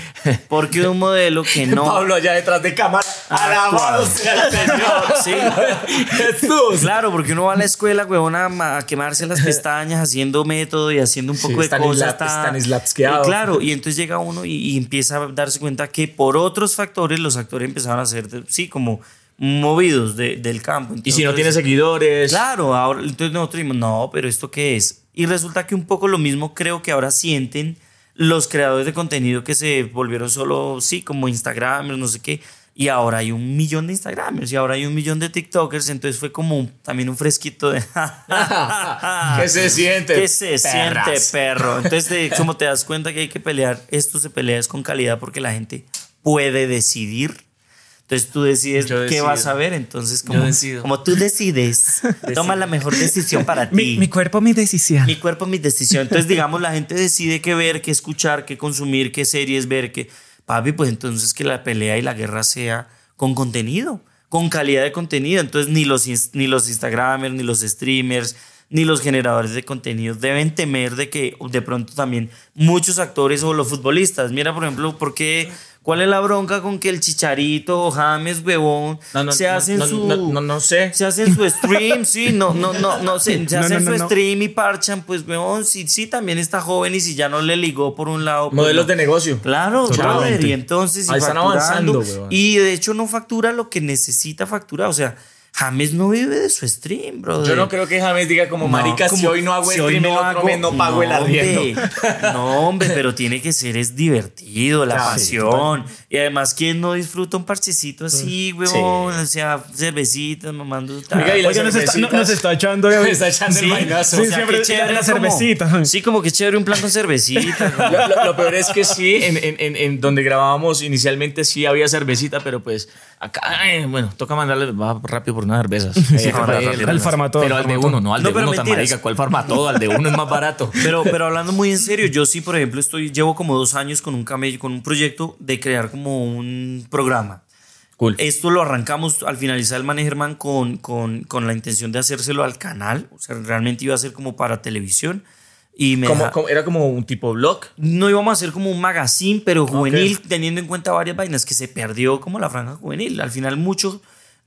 [SPEAKER 1] Porque un modelo que no.
[SPEAKER 3] Pablo allá detrás de cámara.
[SPEAKER 1] Ah,
[SPEAKER 3] Alabado sea el Señor.
[SPEAKER 1] Sí.
[SPEAKER 3] Jesús.
[SPEAKER 1] Claro, porque uno va a la escuela, huevona, ma- a quemarse las pestañas haciendo método y haciendo un poco de
[SPEAKER 3] Stanisla-
[SPEAKER 1] cosas. tan-
[SPEAKER 3] Stanislavskeado.
[SPEAKER 1] Eh, Claro, y entonces llega uno y, y empieza a darse cuenta que por otros factores los actores empezaron a ser, de- sí, como movidos de- del campo.
[SPEAKER 3] Y si no
[SPEAKER 1] Entonces,
[SPEAKER 3] tienes seguidores.
[SPEAKER 1] Claro, ahora, entonces nosotros dijimos, no, pero ¿esto qué es? Y resulta que un poco lo mismo creo que ahora sienten los creadores de contenido que se volvieron solo, sí, como Instagramers, no sé qué. Y ahora hay un millón de Instagramers y ahora hay un millón de TikTokers. Entonces fue como un- también un fresquito de.
[SPEAKER 3] ¿Qué se siente,
[SPEAKER 1] ¿Qué se
[SPEAKER 3] perras?
[SPEAKER 1] siente, perro? Entonces, de- como te das cuenta que hay que pelear, esto se pelea es con calidad porque la gente puede decidir. Entonces tú decides
[SPEAKER 3] Yo
[SPEAKER 1] qué
[SPEAKER 3] decido.
[SPEAKER 1] vas a ver. Entonces, como,
[SPEAKER 3] decido.
[SPEAKER 1] como tú decides, toma la mejor decisión para ti. Mi,
[SPEAKER 2] cuerpo, mi decisión.
[SPEAKER 1] cuerpo, mi decisión. Entonces, digamos, la gente decide qué ver, qué escuchar, qué consumir, qué series ver, qué. Papi, pues entonces que la pelea y la guerra sea con contenido, con calidad de contenido. Entonces, ni los, ins- ni los Instagramers, ni los streamers, ni los generadores de contenido deben temer de que de pronto también muchos actores o los futbolistas. Mira, por ejemplo, ¿por qué? ¿Cuál es la bronca con que el Chicharito o James, huevón,
[SPEAKER 3] No, no,
[SPEAKER 1] se
[SPEAKER 3] no,
[SPEAKER 1] hacen
[SPEAKER 3] no,
[SPEAKER 1] su
[SPEAKER 3] no, no, no sé.
[SPEAKER 1] se hacen su stream, sí, no, no, no, no, se, se
[SPEAKER 2] No,
[SPEAKER 1] hacen
[SPEAKER 2] no,
[SPEAKER 1] su
[SPEAKER 2] no, no.
[SPEAKER 1] stream y parchan, pues, weón, sí, sí, también está joven y si ya no le ligó por un lado. pues,
[SPEAKER 3] Modelos
[SPEAKER 1] no.
[SPEAKER 3] de negocio.
[SPEAKER 1] Claro,
[SPEAKER 3] Totalmente.
[SPEAKER 1] brother, y entonces. y
[SPEAKER 3] Ahí están
[SPEAKER 1] facturando,
[SPEAKER 3] avanzando, weón.
[SPEAKER 1] Y de hecho no factura lo que necesita facturar, o sea, James no vive de su stream, brother.
[SPEAKER 3] Yo no creo que James diga como
[SPEAKER 1] No,
[SPEAKER 3] marica, si
[SPEAKER 1] como,
[SPEAKER 3] hoy no hago
[SPEAKER 1] si
[SPEAKER 3] el
[SPEAKER 1] hoy
[SPEAKER 3] stream, no,
[SPEAKER 1] hago-
[SPEAKER 3] no pago el arriendo.
[SPEAKER 1] hombre, No, hombre, pero tiene que ser, es divertido, la
[SPEAKER 3] Claro, sí,
[SPEAKER 1] pasión. y además, ¿quién no disfruta un parchecito así, weón? O sea, cervecitas, mamando. tal.
[SPEAKER 3] Oiga, y la-
[SPEAKER 2] Oiga, nos está,
[SPEAKER 3] cervecitas.
[SPEAKER 2] no- nos está echando.
[SPEAKER 3] Me está echando el
[SPEAKER 1] Sí,
[SPEAKER 3] vainazo.
[SPEAKER 1] o
[SPEAKER 2] Sí,
[SPEAKER 1] sea,
[SPEAKER 2] siempre
[SPEAKER 1] qué chévere
[SPEAKER 2] la
[SPEAKER 1] como-
[SPEAKER 2] cervecita.
[SPEAKER 1] Sí, como que chévere un plan con cervecita. ¿no?
[SPEAKER 3] Lo, lo- lo peor es que sí, en, en- en- en donde grabábamos inicialmente sí había cervecita, pero pues acá, eh, bueno, toca mandarle va rápido por unas cervezas. Eh,
[SPEAKER 1] va rápido,
[SPEAKER 3] el-
[SPEAKER 1] rápido.
[SPEAKER 2] Al farmatodo,
[SPEAKER 3] Pero al de
[SPEAKER 2] farmatodo.
[SPEAKER 3] uno, no, al
[SPEAKER 1] No,
[SPEAKER 3] de
[SPEAKER 1] pero
[SPEAKER 3] uno tan
[SPEAKER 1] mentiras.
[SPEAKER 3] marica. ¿Cuál farmatodo? Al de uno es más barato.
[SPEAKER 1] Pero, pero hablando muy en serio, yo sí, por ejemplo, estoy, llevo como dos años con un camello, con un proyecto de crear como un programa.
[SPEAKER 3] Cool.
[SPEAKER 1] Esto lo arrancamos al finalizar el Manejerman con, con, con la intención de hacérselo al canal. O sea, realmente iba a ser como para televisión. Y me
[SPEAKER 3] Como-
[SPEAKER 1] deja-
[SPEAKER 3] como- era como un tipo blog.
[SPEAKER 1] no íbamos a hacer como un magazine, pero juvenil, teniendo en cuenta varias vainas que se perdió como la franja juvenil. Al final, mucho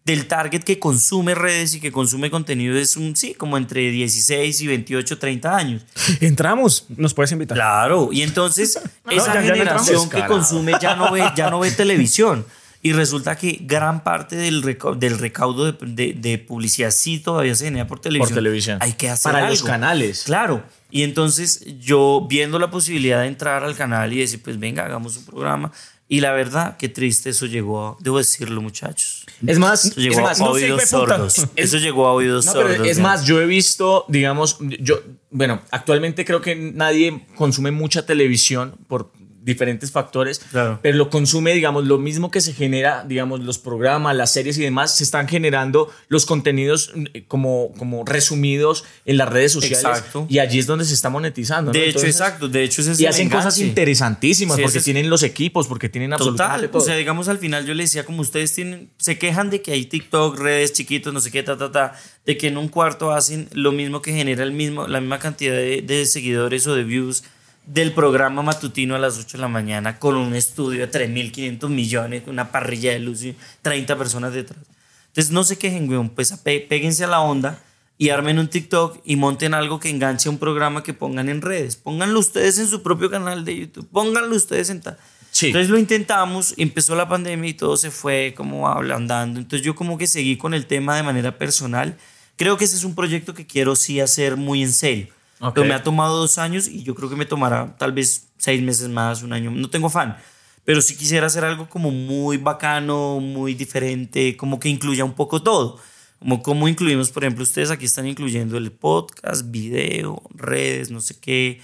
[SPEAKER 1] del target que consume redes y que consume contenido es un, sí, como entre 16 y 28, 30 años.
[SPEAKER 2] Entramos, nos puedes invitar.
[SPEAKER 1] Claro, y entonces esa
[SPEAKER 2] ya- ya no
[SPEAKER 1] generación
[SPEAKER 3] entramos.
[SPEAKER 1] que consume ya no ve, ya no ve televisión. Y resulta que gran parte del, reca- del recaudo de, de- de publicidad sí todavía se genera por televisión.
[SPEAKER 3] televisión.
[SPEAKER 1] Hay que hacer
[SPEAKER 3] Para los
[SPEAKER 1] algo.
[SPEAKER 3] canales.
[SPEAKER 1] Claro. Y entonces yo viendo la posibilidad de entrar al canal y decir, pues venga, hagamos un programa. Y la verdad, qué triste eso llegó, a- debo decirlo muchachos.
[SPEAKER 3] Es más,
[SPEAKER 1] Eso llegó
[SPEAKER 3] es más,
[SPEAKER 1] a
[SPEAKER 3] no sé,
[SPEAKER 1] oídos
[SPEAKER 3] hijo de puta.
[SPEAKER 1] sordos.
[SPEAKER 3] Es-
[SPEAKER 1] Eso llegó a oídos
[SPEAKER 3] No,
[SPEAKER 1] sordos.
[SPEAKER 3] pero es
[SPEAKER 1] ya.
[SPEAKER 3] más, yo he visto, digamos, yo, bueno, actualmente creo que nadie consume mucha televisión por diferentes factores,
[SPEAKER 1] Claro.
[SPEAKER 3] pero lo consume, digamos, lo mismo que se genera, digamos, los programas, las series y demás, se están generando los contenidos mm, como, como resumidos en las redes sociales.
[SPEAKER 1] Exacto.
[SPEAKER 3] Y allí es donde se está monetizando.
[SPEAKER 1] De
[SPEAKER 3] ¿no?
[SPEAKER 1] hecho,
[SPEAKER 3] Entonces,
[SPEAKER 1] exacto. De hecho, ese es
[SPEAKER 3] Y
[SPEAKER 1] el
[SPEAKER 3] hacen cosas
[SPEAKER 1] enganche.
[SPEAKER 3] interesantísimas
[SPEAKER 1] Sí, ese
[SPEAKER 3] porque
[SPEAKER 1] es-
[SPEAKER 3] tienen los equipos, porque tienen absolutamente
[SPEAKER 1] Total, o
[SPEAKER 3] todo.
[SPEAKER 1] sea, digamos al final yo le decía como ustedes tienen, se quejan de que hay TikTok, redes chiquitos, no sé qué, ta, ta, ta, de que en un cuarto hacen lo mismo que genera el mismo, la misma cantidad de, de seguidores o de views del programa matutino a las 8 de la mañana con un estudio de 3.500 millones, con una parrilla de luz y 30 personas detrás. Entonces no se quejen, weón, pues pe- péguense a la onda y armen un TikTok y monten algo que enganche a un programa que pongan en redes. Pónganlo ustedes en su propio canal de YouTube, pónganlo ustedes en tal.
[SPEAKER 3] Sí.
[SPEAKER 1] Entonces lo intentamos, empezó la pandemia y todo se fue como ablandando. Entonces yo como que seguí con el tema de manera personal. Creo que ese es un proyecto que quiero sí hacer muy en serio.
[SPEAKER 3] Ok.
[SPEAKER 1] Pero me ha tomado dos años y yo creo que me tomará tal vez seis meses más, un año. No tengo afán. Pero sí quisiera hacer algo como muy bacano, muy diferente, como que incluya un poco todo. Como cómo incluimos, por ejemplo, ustedes aquí están incluyendo el podcast, video, redes, no sé qué.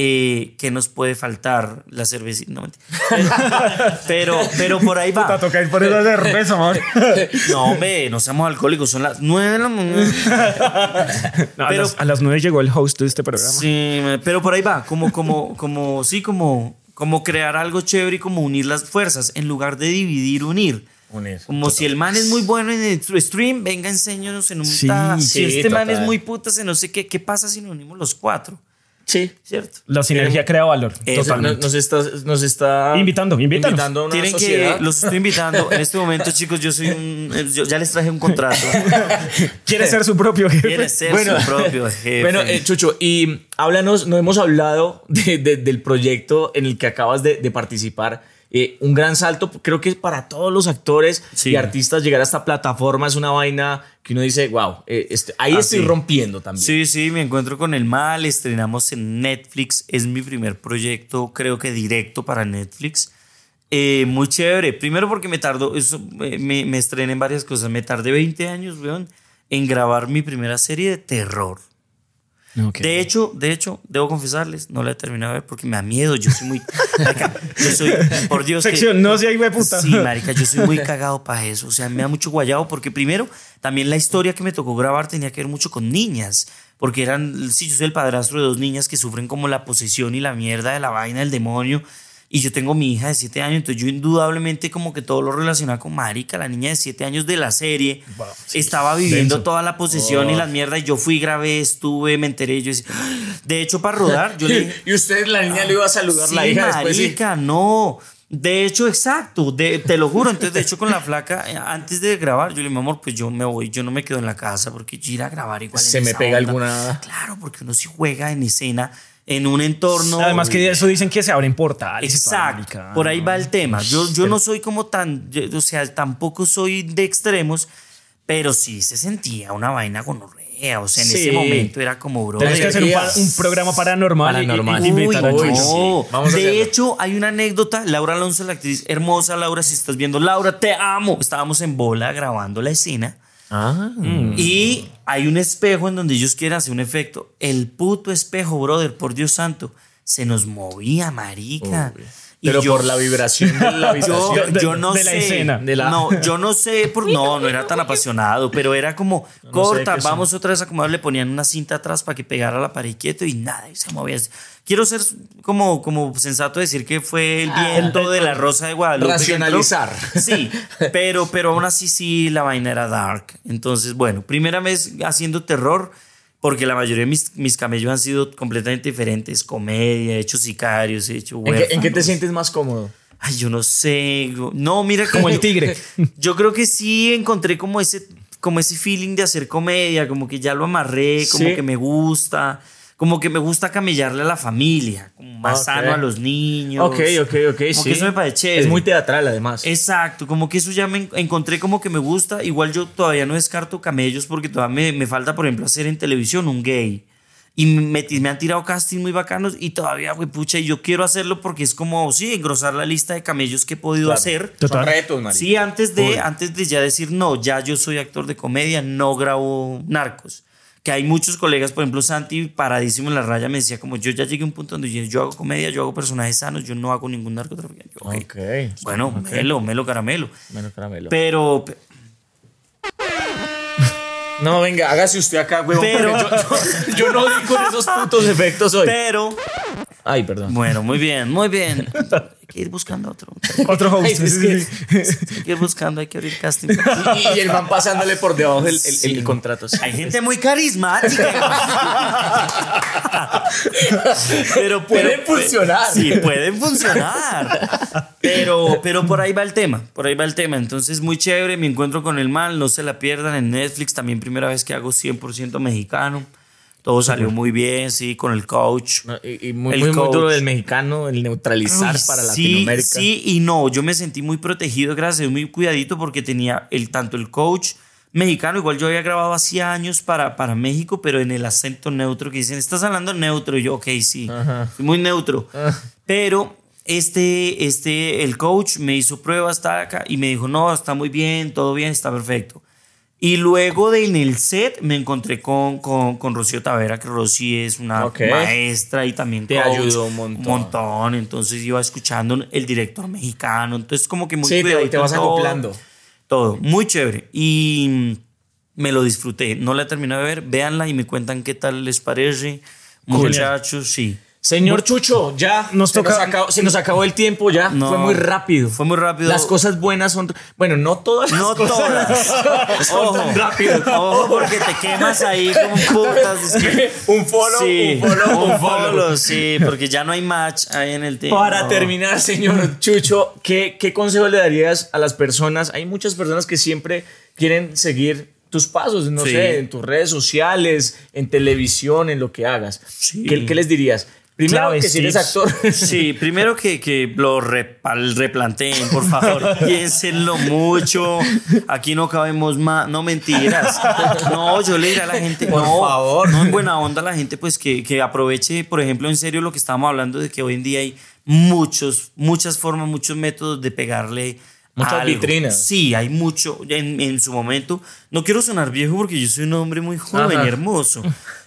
[SPEAKER 1] Eh, ¿Qué nos puede faltar? La cervecita. No, mentira. pero, pero por ahí
[SPEAKER 2] Te
[SPEAKER 1] va.
[SPEAKER 2] toca ir por esa cerveza, amor.
[SPEAKER 1] No, hombre, no seamos alcohólicos. Son las nueve de la mañana.
[SPEAKER 2] No, a,
[SPEAKER 1] Pero-
[SPEAKER 2] las, a las nueve llegó el host de este programa.
[SPEAKER 1] Sí, me- pero por ahí va, como, como, como, sí, como, como crear algo chévere y como unir las fuerzas, en lugar de dividir, unir.
[SPEAKER 3] Unir,
[SPEAKER 1] Como si el man es muy bueno en el tr- stream, venga, enséñanos en un
[SPEAKER 2] Sí,
[SPEAKER 1] ta- Si
[SPEAKER 3] sí,
[SPEAKER 1] este man
[SPEAKER 3] total.
[SPEAKER 1] es muy putas en no sé qué, ¿qué pasa si nos unimos los cuatro?
[SPEAKER 3] Sí.
[SPEAKER 1] ¿cierto?
[SPEAKER 2] La sinergia crea valor.
[SPEAKER 1] Eh, Eso,
[SPEAKER 2] totalmente.
[SPEAKER 3] Nos, nos está, nos está
[SPEAKER 2] Invitando, invítanos.
[SPEAKER 3] invitando a una
[SPEAKER 1] Tienen que,
[SPEAKER 3] sociedad.
[SPEAKER 1] los estoy invitando. En este momento, chicos, yo soy un. eh, yo ya les traje un contrato.
[SPEAKER 2] Quiere ser su propio jefe.
[SPEAKER 1] eh, Quiere ser su propio jefe.
[SPEAKER 3] Bueno, eh, Chucho, y háblanos, no hemos hablado de- de- del proyecto en el que acabas de, de participar. Eh, un gran salto, creo que para todos los actores
[SPEAKER 1] Sí.
[SPEAKER 3] y artistas llegar a esta plataforma es una vaina que uno dice, wow, ahí
[SPEAKER 1] Ah,
[SPEAKER 3] estoy
[SPEAKER 1] sí.
[SPEAKER 3] rompiendo también.
[SPEAKER 1] Sí, sí, me encuentro con el mal. Estrenamos en Netflix. Es mi primer proyecto, creo que directo para Netflix. Eh, muy chévere. Primero porque me tardó, eso, eh, me, me estrené en varias cosas. Me tardé 20 años, weón, en grabar mi primera serie de terror.
[SPEAKER 2] Ok.
[SPEAKER 1] De hecho, de hecho, debo confesarles, no la he terminado de ver porque me da miedo. Yo soy muy. Marica, yo soy, por Dios. que-
[SPEAKER 2] Sección, no sea hijo de puta.
[SPEAKER 1] Sí, marica, yo soy muy cagado para eso. O sea, me da mucho guayado porque primero, también la historia que me tocó grabar tenía que ver mucho con niñas. Porque eran, sí, yo soy el padrastro de dos niñas que sufren como la posesión y la mierda de la vaina del demonio. Y yo tengo mi hija de 7 años, entonces yo indudablemente como que todo lo relacionaba con Marica, la niña de 7 años de la serie, estaba viviendo
[SPEAKER 2] denso. Oh.
[SPEAKER 1] toda la posesión y la mierda, y yo fui, grabé, estuve, me enteré, y yo decía, "Ah". de hecho para rodar, yo le dije,
[SPEAKER 3] Y usted, la niña, le iba a saludar
[SPEAKER 1] Sí,
[SPEAKER 3] la hija después. sí.
[SPEAKER 1] marica, no. De hecho, exacto, de- te lo juro. Entonces, de hecho, con la flaca, eh, antes de grabar, yo le dije, mi amor, pues yo me voy, yo no me quedo en la casa porque yo ir a grabar igual. en
[SPEAKER 3] Se me
[SPEAKER 1] esa
[SPEAKER 3] pega
[SPEAKER 1] onda".
[SPEAKER 3] alguna-
[SPEAKER 1] Claro, porque uno sí juega en escena, en un entorno.
[SPEAKER 2] Además que eso dicen que se abren portales. y toda la
[SPEAKER 1] Exacto.
[SPEAKER 2] marica.
[SPEAKER 1] Por ahí va el tema. Yo, yo no soy como tan, yo- o sea, tampoco soy de extremos, pero sí se sentía una vaina con O sea, en
[SPEAKER 3] Sí.
[SPEAKER 1] ese momento era como, bro.
[SPEAKER 2] Tenemos que hacer un, pa-
[SPEAKER 3] Energías.
[SPEAKER 2] un programa paranormal. y- y-
[SPEAKER 3] Paranormal.
[SPEAKER 2] y
[SPEAKER 1] Uy,
[SPEAKER 2] invitar a
[SPEAKER 1] no.
[SPEAKER 2] Chucho.
[SPEAKER 3] Vamos a
[SPEAKER 1] de
[SPEAKER 3] hacerlo.
[SPEAKER 1] hecho, hay una anécdota. Laura Alonso, la actriz hermosa, Laura, si estás viendo, Laura, te amo. Estábamos en bola grabando la escena
[SPEAKER 3] Ah,
[SPEAKER 1] y hay un espejo en donde ellos quieren hacer un efecto. El puto espejo, brother, por Dios santo, se nos movía, marica. Y
[SPEAKER 3] pero
[SPEAKER 1] yo-
[SPEAKER 3] por la vibración de la
[SPEAKER 1] yo,
[SPEAKER 3] habitación.
[SPEAKER 2] de-
[SPEAKER 1] yo no
[SPEAKER 2] de la
[SPEAKER 1] sé.
[SPEAKER 2] escena.
[SPEAKER 3] De la-
[SPEAKER 1] No, yo no sé. Por, no, no era tan apasionado, pero era como, corta,
[SPEAKER 3] qué son.
[SPEAKER 1] vamos otra vez a acomodar. Le ponían una cinta atrás para que pegara la pared quieto y nada, y se movía. Quiero ser como, como sensato decir que fue el viento de la rosa de Guadalupe. que entró.
[SPEAKER 3] Ah. Racionalizar.
[SPEAKER 1] Sí, pero, pero aún así sí la vaina era dark. Entonces, bueno, primera vez haciendo terror, porque la mayoría de mis, mis camellos han sido completamente diferentes. Comedia, he hecho sicarios, he hecho
[SPEAKER 3] ¿En, qué, en qué te
[SPEAKER 1] huérfanos.
[SPEAKER 3] sientes más cómodo?
[SPEAKER 1] Ay, yo no sé. go- No, mira
[SPEAKER 2] Como el
[SPEAKER 1] yo-
[SPEAKER 2] tigre.
[SPEAKER 1] Yo creo que sí encontré como ese, como ese feeling de hacer comedia, como que ya lo amarré, como
[SPEAKER 3] Sí.
[SPEAKER 1] que me gusta, como que me gusta camellarle a la familia, como más
[SPEAKER 3] Ok.
[SPEAKER 1] sano a los niños.
[SPEAKER 3] Ok, ok, ok.
[SPEAKER 1] Como
[SPEAKER 3] sí.
[SPEAKER 1] que eso me parece chévere.
[SPEAKER 3] Es muy teatral, además.
[SPEAKER 1] Exacto, como que eso ya me en- encontré como que me gusta. Igual yo todavía no descarto camellos porque todavía me, me falta, por ejemplo, hacer en televisión un gay. Y me, ti- me han tirado casting muy bacanos y todavía, güey, pucha, y yo quiero hacerlo porque es como, sí, engrosar la lista de camellos que he podido hacer.
[SPEAKER 2] Total.
[SPEAKER 3] retos, marica.
[SPEAKER 1] Sí, antes de, antes de ya decir, no, ya yo soy actor de comedia, no grabo narcos. Que hay muchos colegas, por ejemplo, Santi, paradísimo en la raya, me decía como, yo ya llegué a un punto donde yo, yo hago comedia, yo hago personajes sanos, yo no hago ningún narcotraficante. Yo, ok.
[SPEAKER 3] Ok.
[SPEAKER 1] Bueno, melo, melo caramelo.
[SPEAKER 3] Menos caramelo.
[SPEAKER 1] Pero, pe-
[SPEAKER 3] no, venga, hágase usted acá, huevón.
[SPEAKER 1] Pero-
[SPEAKER 3] porque yo, yo- yo no di con esos putos efectos hoy.
[SPEAKER 1] pero,
[SPEAKER 3] Ay, perdón.
[SPEAKER 1] bueno, muy bien, muy bien. Hay que ir buscando otro. muchacho,
[SPEAKER 2] Otro host.
[SPEAKER 3] Ay, es
[SPEAKER 2] sí, sí,
[SPEAKER 3] que-
[SPEAKER 2] sí.
[SPEAKER 1] Hay que ir buscando, hay que abrir casting.
[SPEAKER 3] Y, y el man pasándole por debajo el, el- el contrato. sí.
[SPEAKER 1] Hay gente muy carismática. pero
[SPEAKER 3] Pueden
[SPEAKER 1] pero-
[SPEAKER 3] funcionar.
[SPEAKER 1] Sí, pueden funcionar. Pero, pero por ahí va el tema. Por ahí va el tema. Entonces, muy chévere. Mi encuentro con el mal. No se la pierdan en Netflix. También, primera vez que hago 100% mexicano. Todo salió muy bien, sí, con el coach.
[SPEAKER 3] No, y, y muy,
[SPEAKER 1] El
[SPEAKER 3] muy, muy
[SPEAKER 1] coach.
[SPEAKER 3] duro del mexicano, el neutralizar
[SPEAKER 1] Uy,
[SPEAKER 3] para
[SPEAKER 1] sí,
[SPEAKER 3] Latinoamérica.
[SPEAKER 1] Sí y no, yo me sentí muy protegido, gracias, muy cuidadito porque tenía el, tanto el coach mexicano, igual yo había grabado hacía años para, para México, pero en el acento neutro que dicen, estás hablando neutro, y yo, ok, sí, soy muy neutro.
[SPEAKER 3] Ah.
[SPEAKER 1] Pero este, este, el coach me hizo pruebas tal, acá, y me dijo, no, está muy bien, todo bien, está perfecto. Y luego de en el set me encontré con, con, con Rocío Tavera, que Rosy es una
[SPEAKER 3] Ok.
[SPEAKER 1] maestra y también
[SPEAKER 3] Te
[SPEAKER 1] coach,
[SPEAKER 3] ayudó un montón.
[SPEAKER 1] montón, entonces iba escuchando el director mexicano, entonces como que muy
[SPEAKER 3] Sí, te-
[SPEAKER 1] cuidadito
[SPEAKER 3] te vas
[SPEAKER 1] todo,
[SPEAKER 3] acoplando.
[SPEAKER 1] Todo, muy chévere y mm, me lo disfruté, no la terminé de ver, véanla y me cuentan qué tal les parece, muchachos, sí.
[SPEAKER 3] Señor Chucho, ya.
[SPEAKER 2] Nos
[SPEAKER 3] se,
[SPEAKER 2] toca-
[SPEAKER 3] nos acabó, se nos acabó el tiempo ya.
[SPEAKER 1] No,
[SPEAKER 3] fue muy rápido.
[SPEAKER 1] fue muy rápido.
[SPEAKER 3] Las cosas buenas son. Bueno, no todas. las
[SPEAKER 1] No
[SPEAKER 3] cosas
[SPEAKER 1] todas.
[SPEAKER 3] son tan rápidas.
[SPEAKER 1] Ojo, porque te quemas ahí como putas. Es que-
[SPEAKER 3] un follow,
[SPEAKER 1] sí,
[SPEAKER 3] un follow, un
[SPEAKER 1] un
[SPEAKER 3] follow.
[SPEAKER 1] follow, sí, porque ya no hay match ahí en el tema.
[SPEAKER 3] Para terminar, señor Chucho, ¿qué, ¿qué consejo le darías a las personas? Hay muchas personas que siempre quieren seguir tus pasos, no
[SPEAKER 1] Sí.
[SPEAKER 3] sé, en tus redes sociales, en televisión, en lo que hagas.
[SPEAKER 1] Sí.
[SPEAKER 3] ¿Qué, qué les dirías? Primero
[SPEAKER 2] Claves,
[SPEAKER 3] que si eres
[SPEAKER 2] tips.
[SPEAKER 3] actor.
[SPEAKER 1] Sí, primero que, que lo repal- replanteen, por favor. Piénsenlo mucho. Aquí no cabemos más. No mentiras. No, yo le diré a la gente.
[SPEAKER 3] Por
[SPEAKER 1] no,
[SPEAKER 3] favor.
[SPEAKER 1] No en buena onda la gente, pues que, que aproveche, por ejemplo, en serio lo que estábamos hablando de que hoy en día hay muchos, muchas formas, muchos métodos de pegarle.
[SPEAKER 3] Muchas
[SPEAKER 1] a algo.
[SPEAKER 3] vitrinas.
[SPEAKER 1] Sí, hay mucho. En, en su momento, no quiero sonar viejo porque yo soy un hombre muy joven
[SPEAKER 3] Ajá.
[SPEAKER 1] y hermoso.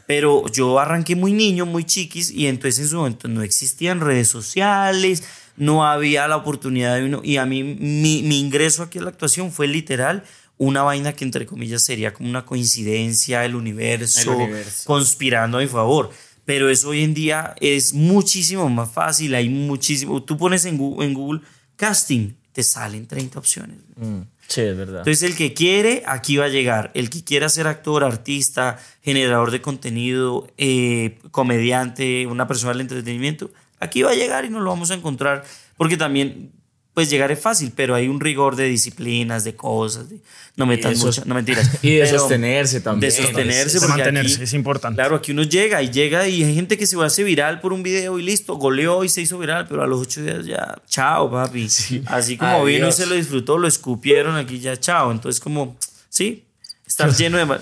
[SPEAKER 1] Pero yo arranqué muy niño, muy chiquis, y entonces en su momento no existían redes sociales, no había la oportunidad de uno. Y a mí, mi, mi ingreso aquí a la actuación fue literal una vaina que, entre comillas, sería como una coincidencia, el universo,
[SPEAKER 3] El universo.
[SPEAKER 1] conspirando a mi favor. Pero eso hoy en día es muchísimo más fácil, hay muchísimo. Tú pones en Google, en Google casting, te salen 30 opciones.
[SPEAKER 3] Sí, Mm, es verdad.
[SPEAKER 1] Entonces el que quiere, aquí va a llegar. El que quiera ser actor, artista, generador de contenido, eh, comediante, una persona del entretenimiento, aquí va a llegar y nos lo vamos a encontrar. Porque también, pues llegar es fácil, pero hay un rigor de disciplinas, de cosas, de no metas
[SPEAKER 3] eso es-
[SPEAKER 1] muchas, no mentiras.
[SPEAKER 3] Y de
[SPEAKER 1] Pero-
[SPEAKER 3] sostenerse también.
[SPEAKER 1] De sostenerse,
[SPEAKER 2] De
[SPEAKER 1] porque
[SPEAKER 2] mantenerse,
[SPEAKER 1] aquí-
[SPEAKER 2] es importante.
[SPEAKER 1] Claro, aquí uno llega y llega y hay gente que se hace viral por un video y listo, goleó y se hizo viral, pero a los ocho días ya, chao, papi. Así como
[SPEAKER 3] Adiós.
[SPEAKER 1] vino y se lo disfrutó, lo escupieron aquí ya, chao. Entonces, como, sí, estar lleno de. ma-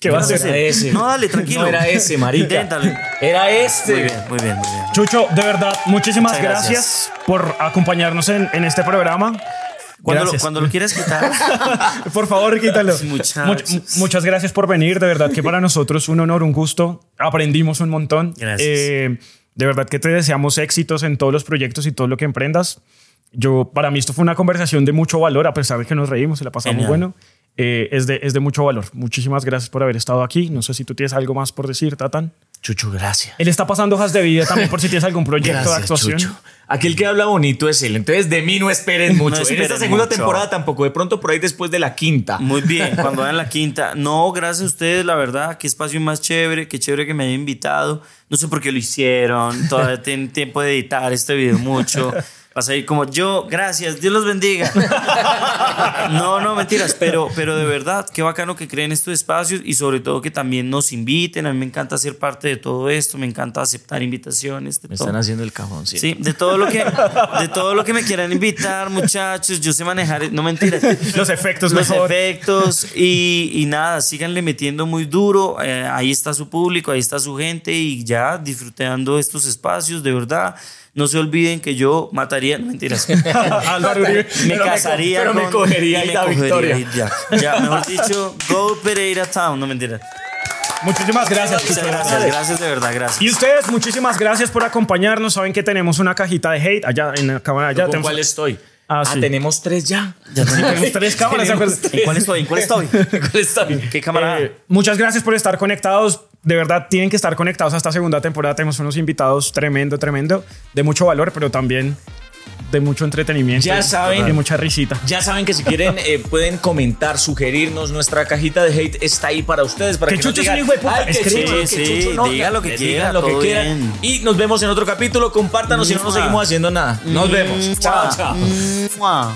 [SPEAKER 2] ¿Qué va a
[SPEAKER 1] Yo no
[SPEAKER 2] hacer?
[SPEAKER 1] sé.
[SPEAKER 3] Era ese.
[SPEAKER 1] No, dale, tranquilo.
[SPEAKER 3] No era ese, marica.
[SPEAKER 1] Inténtalo.
[SPEAKER 3] Era este.
[SPEAKER 1] Muy bien, muy bien, muy bien.
[SPEAKER 2] Chucho, de verdad, muchísimas
[SPEAKER 1] Muchas
[SPEAKER 2] gracias. por acompañarnos en, en este programa.
[SPEAKER 1] Cuando lo,
[SPEAKER 2] Gracias.
[SPEAKER 1] cuando lo quieras quitar.
[SPEAKER 2] Por favor, quítalo.
[SPEAKER 1] Muchachos.
[SPEAKER 2] Much- muchas gracias por venir. De verdad que para nosotros un honor, un gusto. Aprendimos un montón.
[SPEAKER 1] Gracias.
[SPEAKER 2] Eh, de verdad que te deseamos éxitos en todos los proyectos y todo lo que emprendas. Yo, para mí esto fue una conversación de mucho valor, a pesar de que nos reímos y la pasamos
[SPEAKER 1] Genial.
[SPEAKER 2] bueno. Eh, es, de, es de mucho valor. Muchísimas gracias por haber estado aquí. No sé si tú tienes algo más por decir, Tatán.
[SPEAKER 3] Chucho, gracias.
[SPEAKER 2] Él está pasando hojas de vida también por si tienes algún proyecto de
[SPEAKER 3] Gracias,
[SPEAKER 2] actuación.
[SPEAKER 3] Chucho. Aquel que habla bonito es él. Entonces, de mí no esperen mucho. en
[SPEAKER 1] esperen
[SPEAKER 3] esta segunda
[SPEAKER 1] mucho.
[SPEAKER 3] temporada tampoco. De pronto, por ahí después de la quinta.
[SPEAKER 1] Muy bien, cuando vean la quinta. No, gracias a ustedes, la verdad, qué espacio más chévere, qué chévere que me hayan invitado. No sé por qué lo hicieron, todavía tienen tiempo de editar este video mucho. Vas a ir como yo, gracias, Dios los bendiga. No, no, mentiras, pero, pero de verdad, qué bacano que creen estos espacios y sobre todo que también nos inviten. A mí me encanta ser parte de todo esto, me encanta aceptar invitaciones. de
[SPEAKER 3] Me
[SPEAKER 1] todo.
[SPEAKER 3] están haciendo el cajón, sí.
[SPEAKER 1] Sí, de todo lo que de todo lo que me quieran invitar, muchachos, yo sé manejar, no mentiras.
[SPEAKER 2] Los efectos
[SPEAKER 1] Los
[SPEAKER 2] mejor.
[SPEAKER 1] efectos y, y nada, síganle metiendo muy duro. eh, ahí está su público, ahí está su gente y ya disfrutando estos espacios, de verdad. No se olviden que yo mataría, no, mentiras,
[SPEAKER 2] Álvaro Uribe.
[SPEAKER 1] me
[SPEAKER 3] Pero me co-
[SPEAKER 1] casaría,
[SPEAKER 3] pero me
[SPEAKER 1] con-
[SPEAKER 3] cogería
[SPEAKER 1] y
[SPEAKER 3] y la victoria.
[SPEAKER 1] y ya, ya, mejor dicho, go Pereira Town, no mentiras.
[SPEAKER 2] Muchísimas gracias.
[SPEAKER 1] Muchas
[SPEAKER 2] Chucho.
[SPEAKER 1] gracias, gracias de verdad, gracias.
[SPEAKER 2] Y ustedes, muchísimas gracias por acompañarnos. Saben que tenemos una cajita de hate allá en la cámara. Allá
[SPEAKER 3] ¿Con
[SPEAKER 2] tenemos,
[SPEAKER 3] cuál estoy?
[SPEAKER 2] Ah, sí.
[SPEAKER 3] tenemos tres ya.
[SPEAKER 1] Ya tenemos-
[SPEAKER 2] tenemos tres cámaras. ¿se
[SPEAKER 3] Tenemos
[SPEAKER 2] acuerdan?
[SPEAKER 1] ¿En cuál estoy? ¿En cuál estoy?
[SPEAKER 3] ¿Cuál estoy?
[SPEAKER 1] ¿Qué cámara?
[SPEAKER 2] Eh, muchas gracias por estar conectados. De verdad, tienen que estar conectados a esta segunda temporada. Tenemos unos invitados tremendo, tremendo, de mucho valor, pero también de mucho entretenimiento.
[SPEAKER 3] Ya
[SPEAKER 2] Y-
[SPEAKER 3] saben.
[SPEAKER 2] Y mucha risita.
[SPEAKER 3] Ya saben que si quieren eh, pueden comentar, sugerirnos. Nuestra cajita de hate está ahí para ustedes. Para
[SPEAKER 2] Que
[SPEAKER 3] que, nos
[SPEAKER 2] Chucho es
[SPEAKER 3] digan,
[SPEAKER 2] un hijo de puta.
[SPEAKER 3] "Ay, que
[SPEAKER 2] Escriban.
[SPEAKER 3] Chucho, que
[SPEAKER 1] Sí,
[SPEAKER 3] Chucho
[SPEAKER 1] sí,
[SPEAKER 3] no",
[SPEAKER 1] diga lo que
[SPEAKER 3] les
[SPEAKER 1] quiera,
[SPEAKER 3] digan lo que
[SPEAKER 1] todo
[SPEAKER 3] quieran.
[SPEAKER 1] bien.
[SPEAKER 3] Y nos vemos en otro capítulo. Compártanos si no, no
[SPEAKER 1] Mua.
[SPEAKER 3] seguimos haciendo nada. Nos vemos.
[SPEAKER 1] Mua.
[SPEAKER 3] Chao, chao.
[SPEAKER 1] Mua.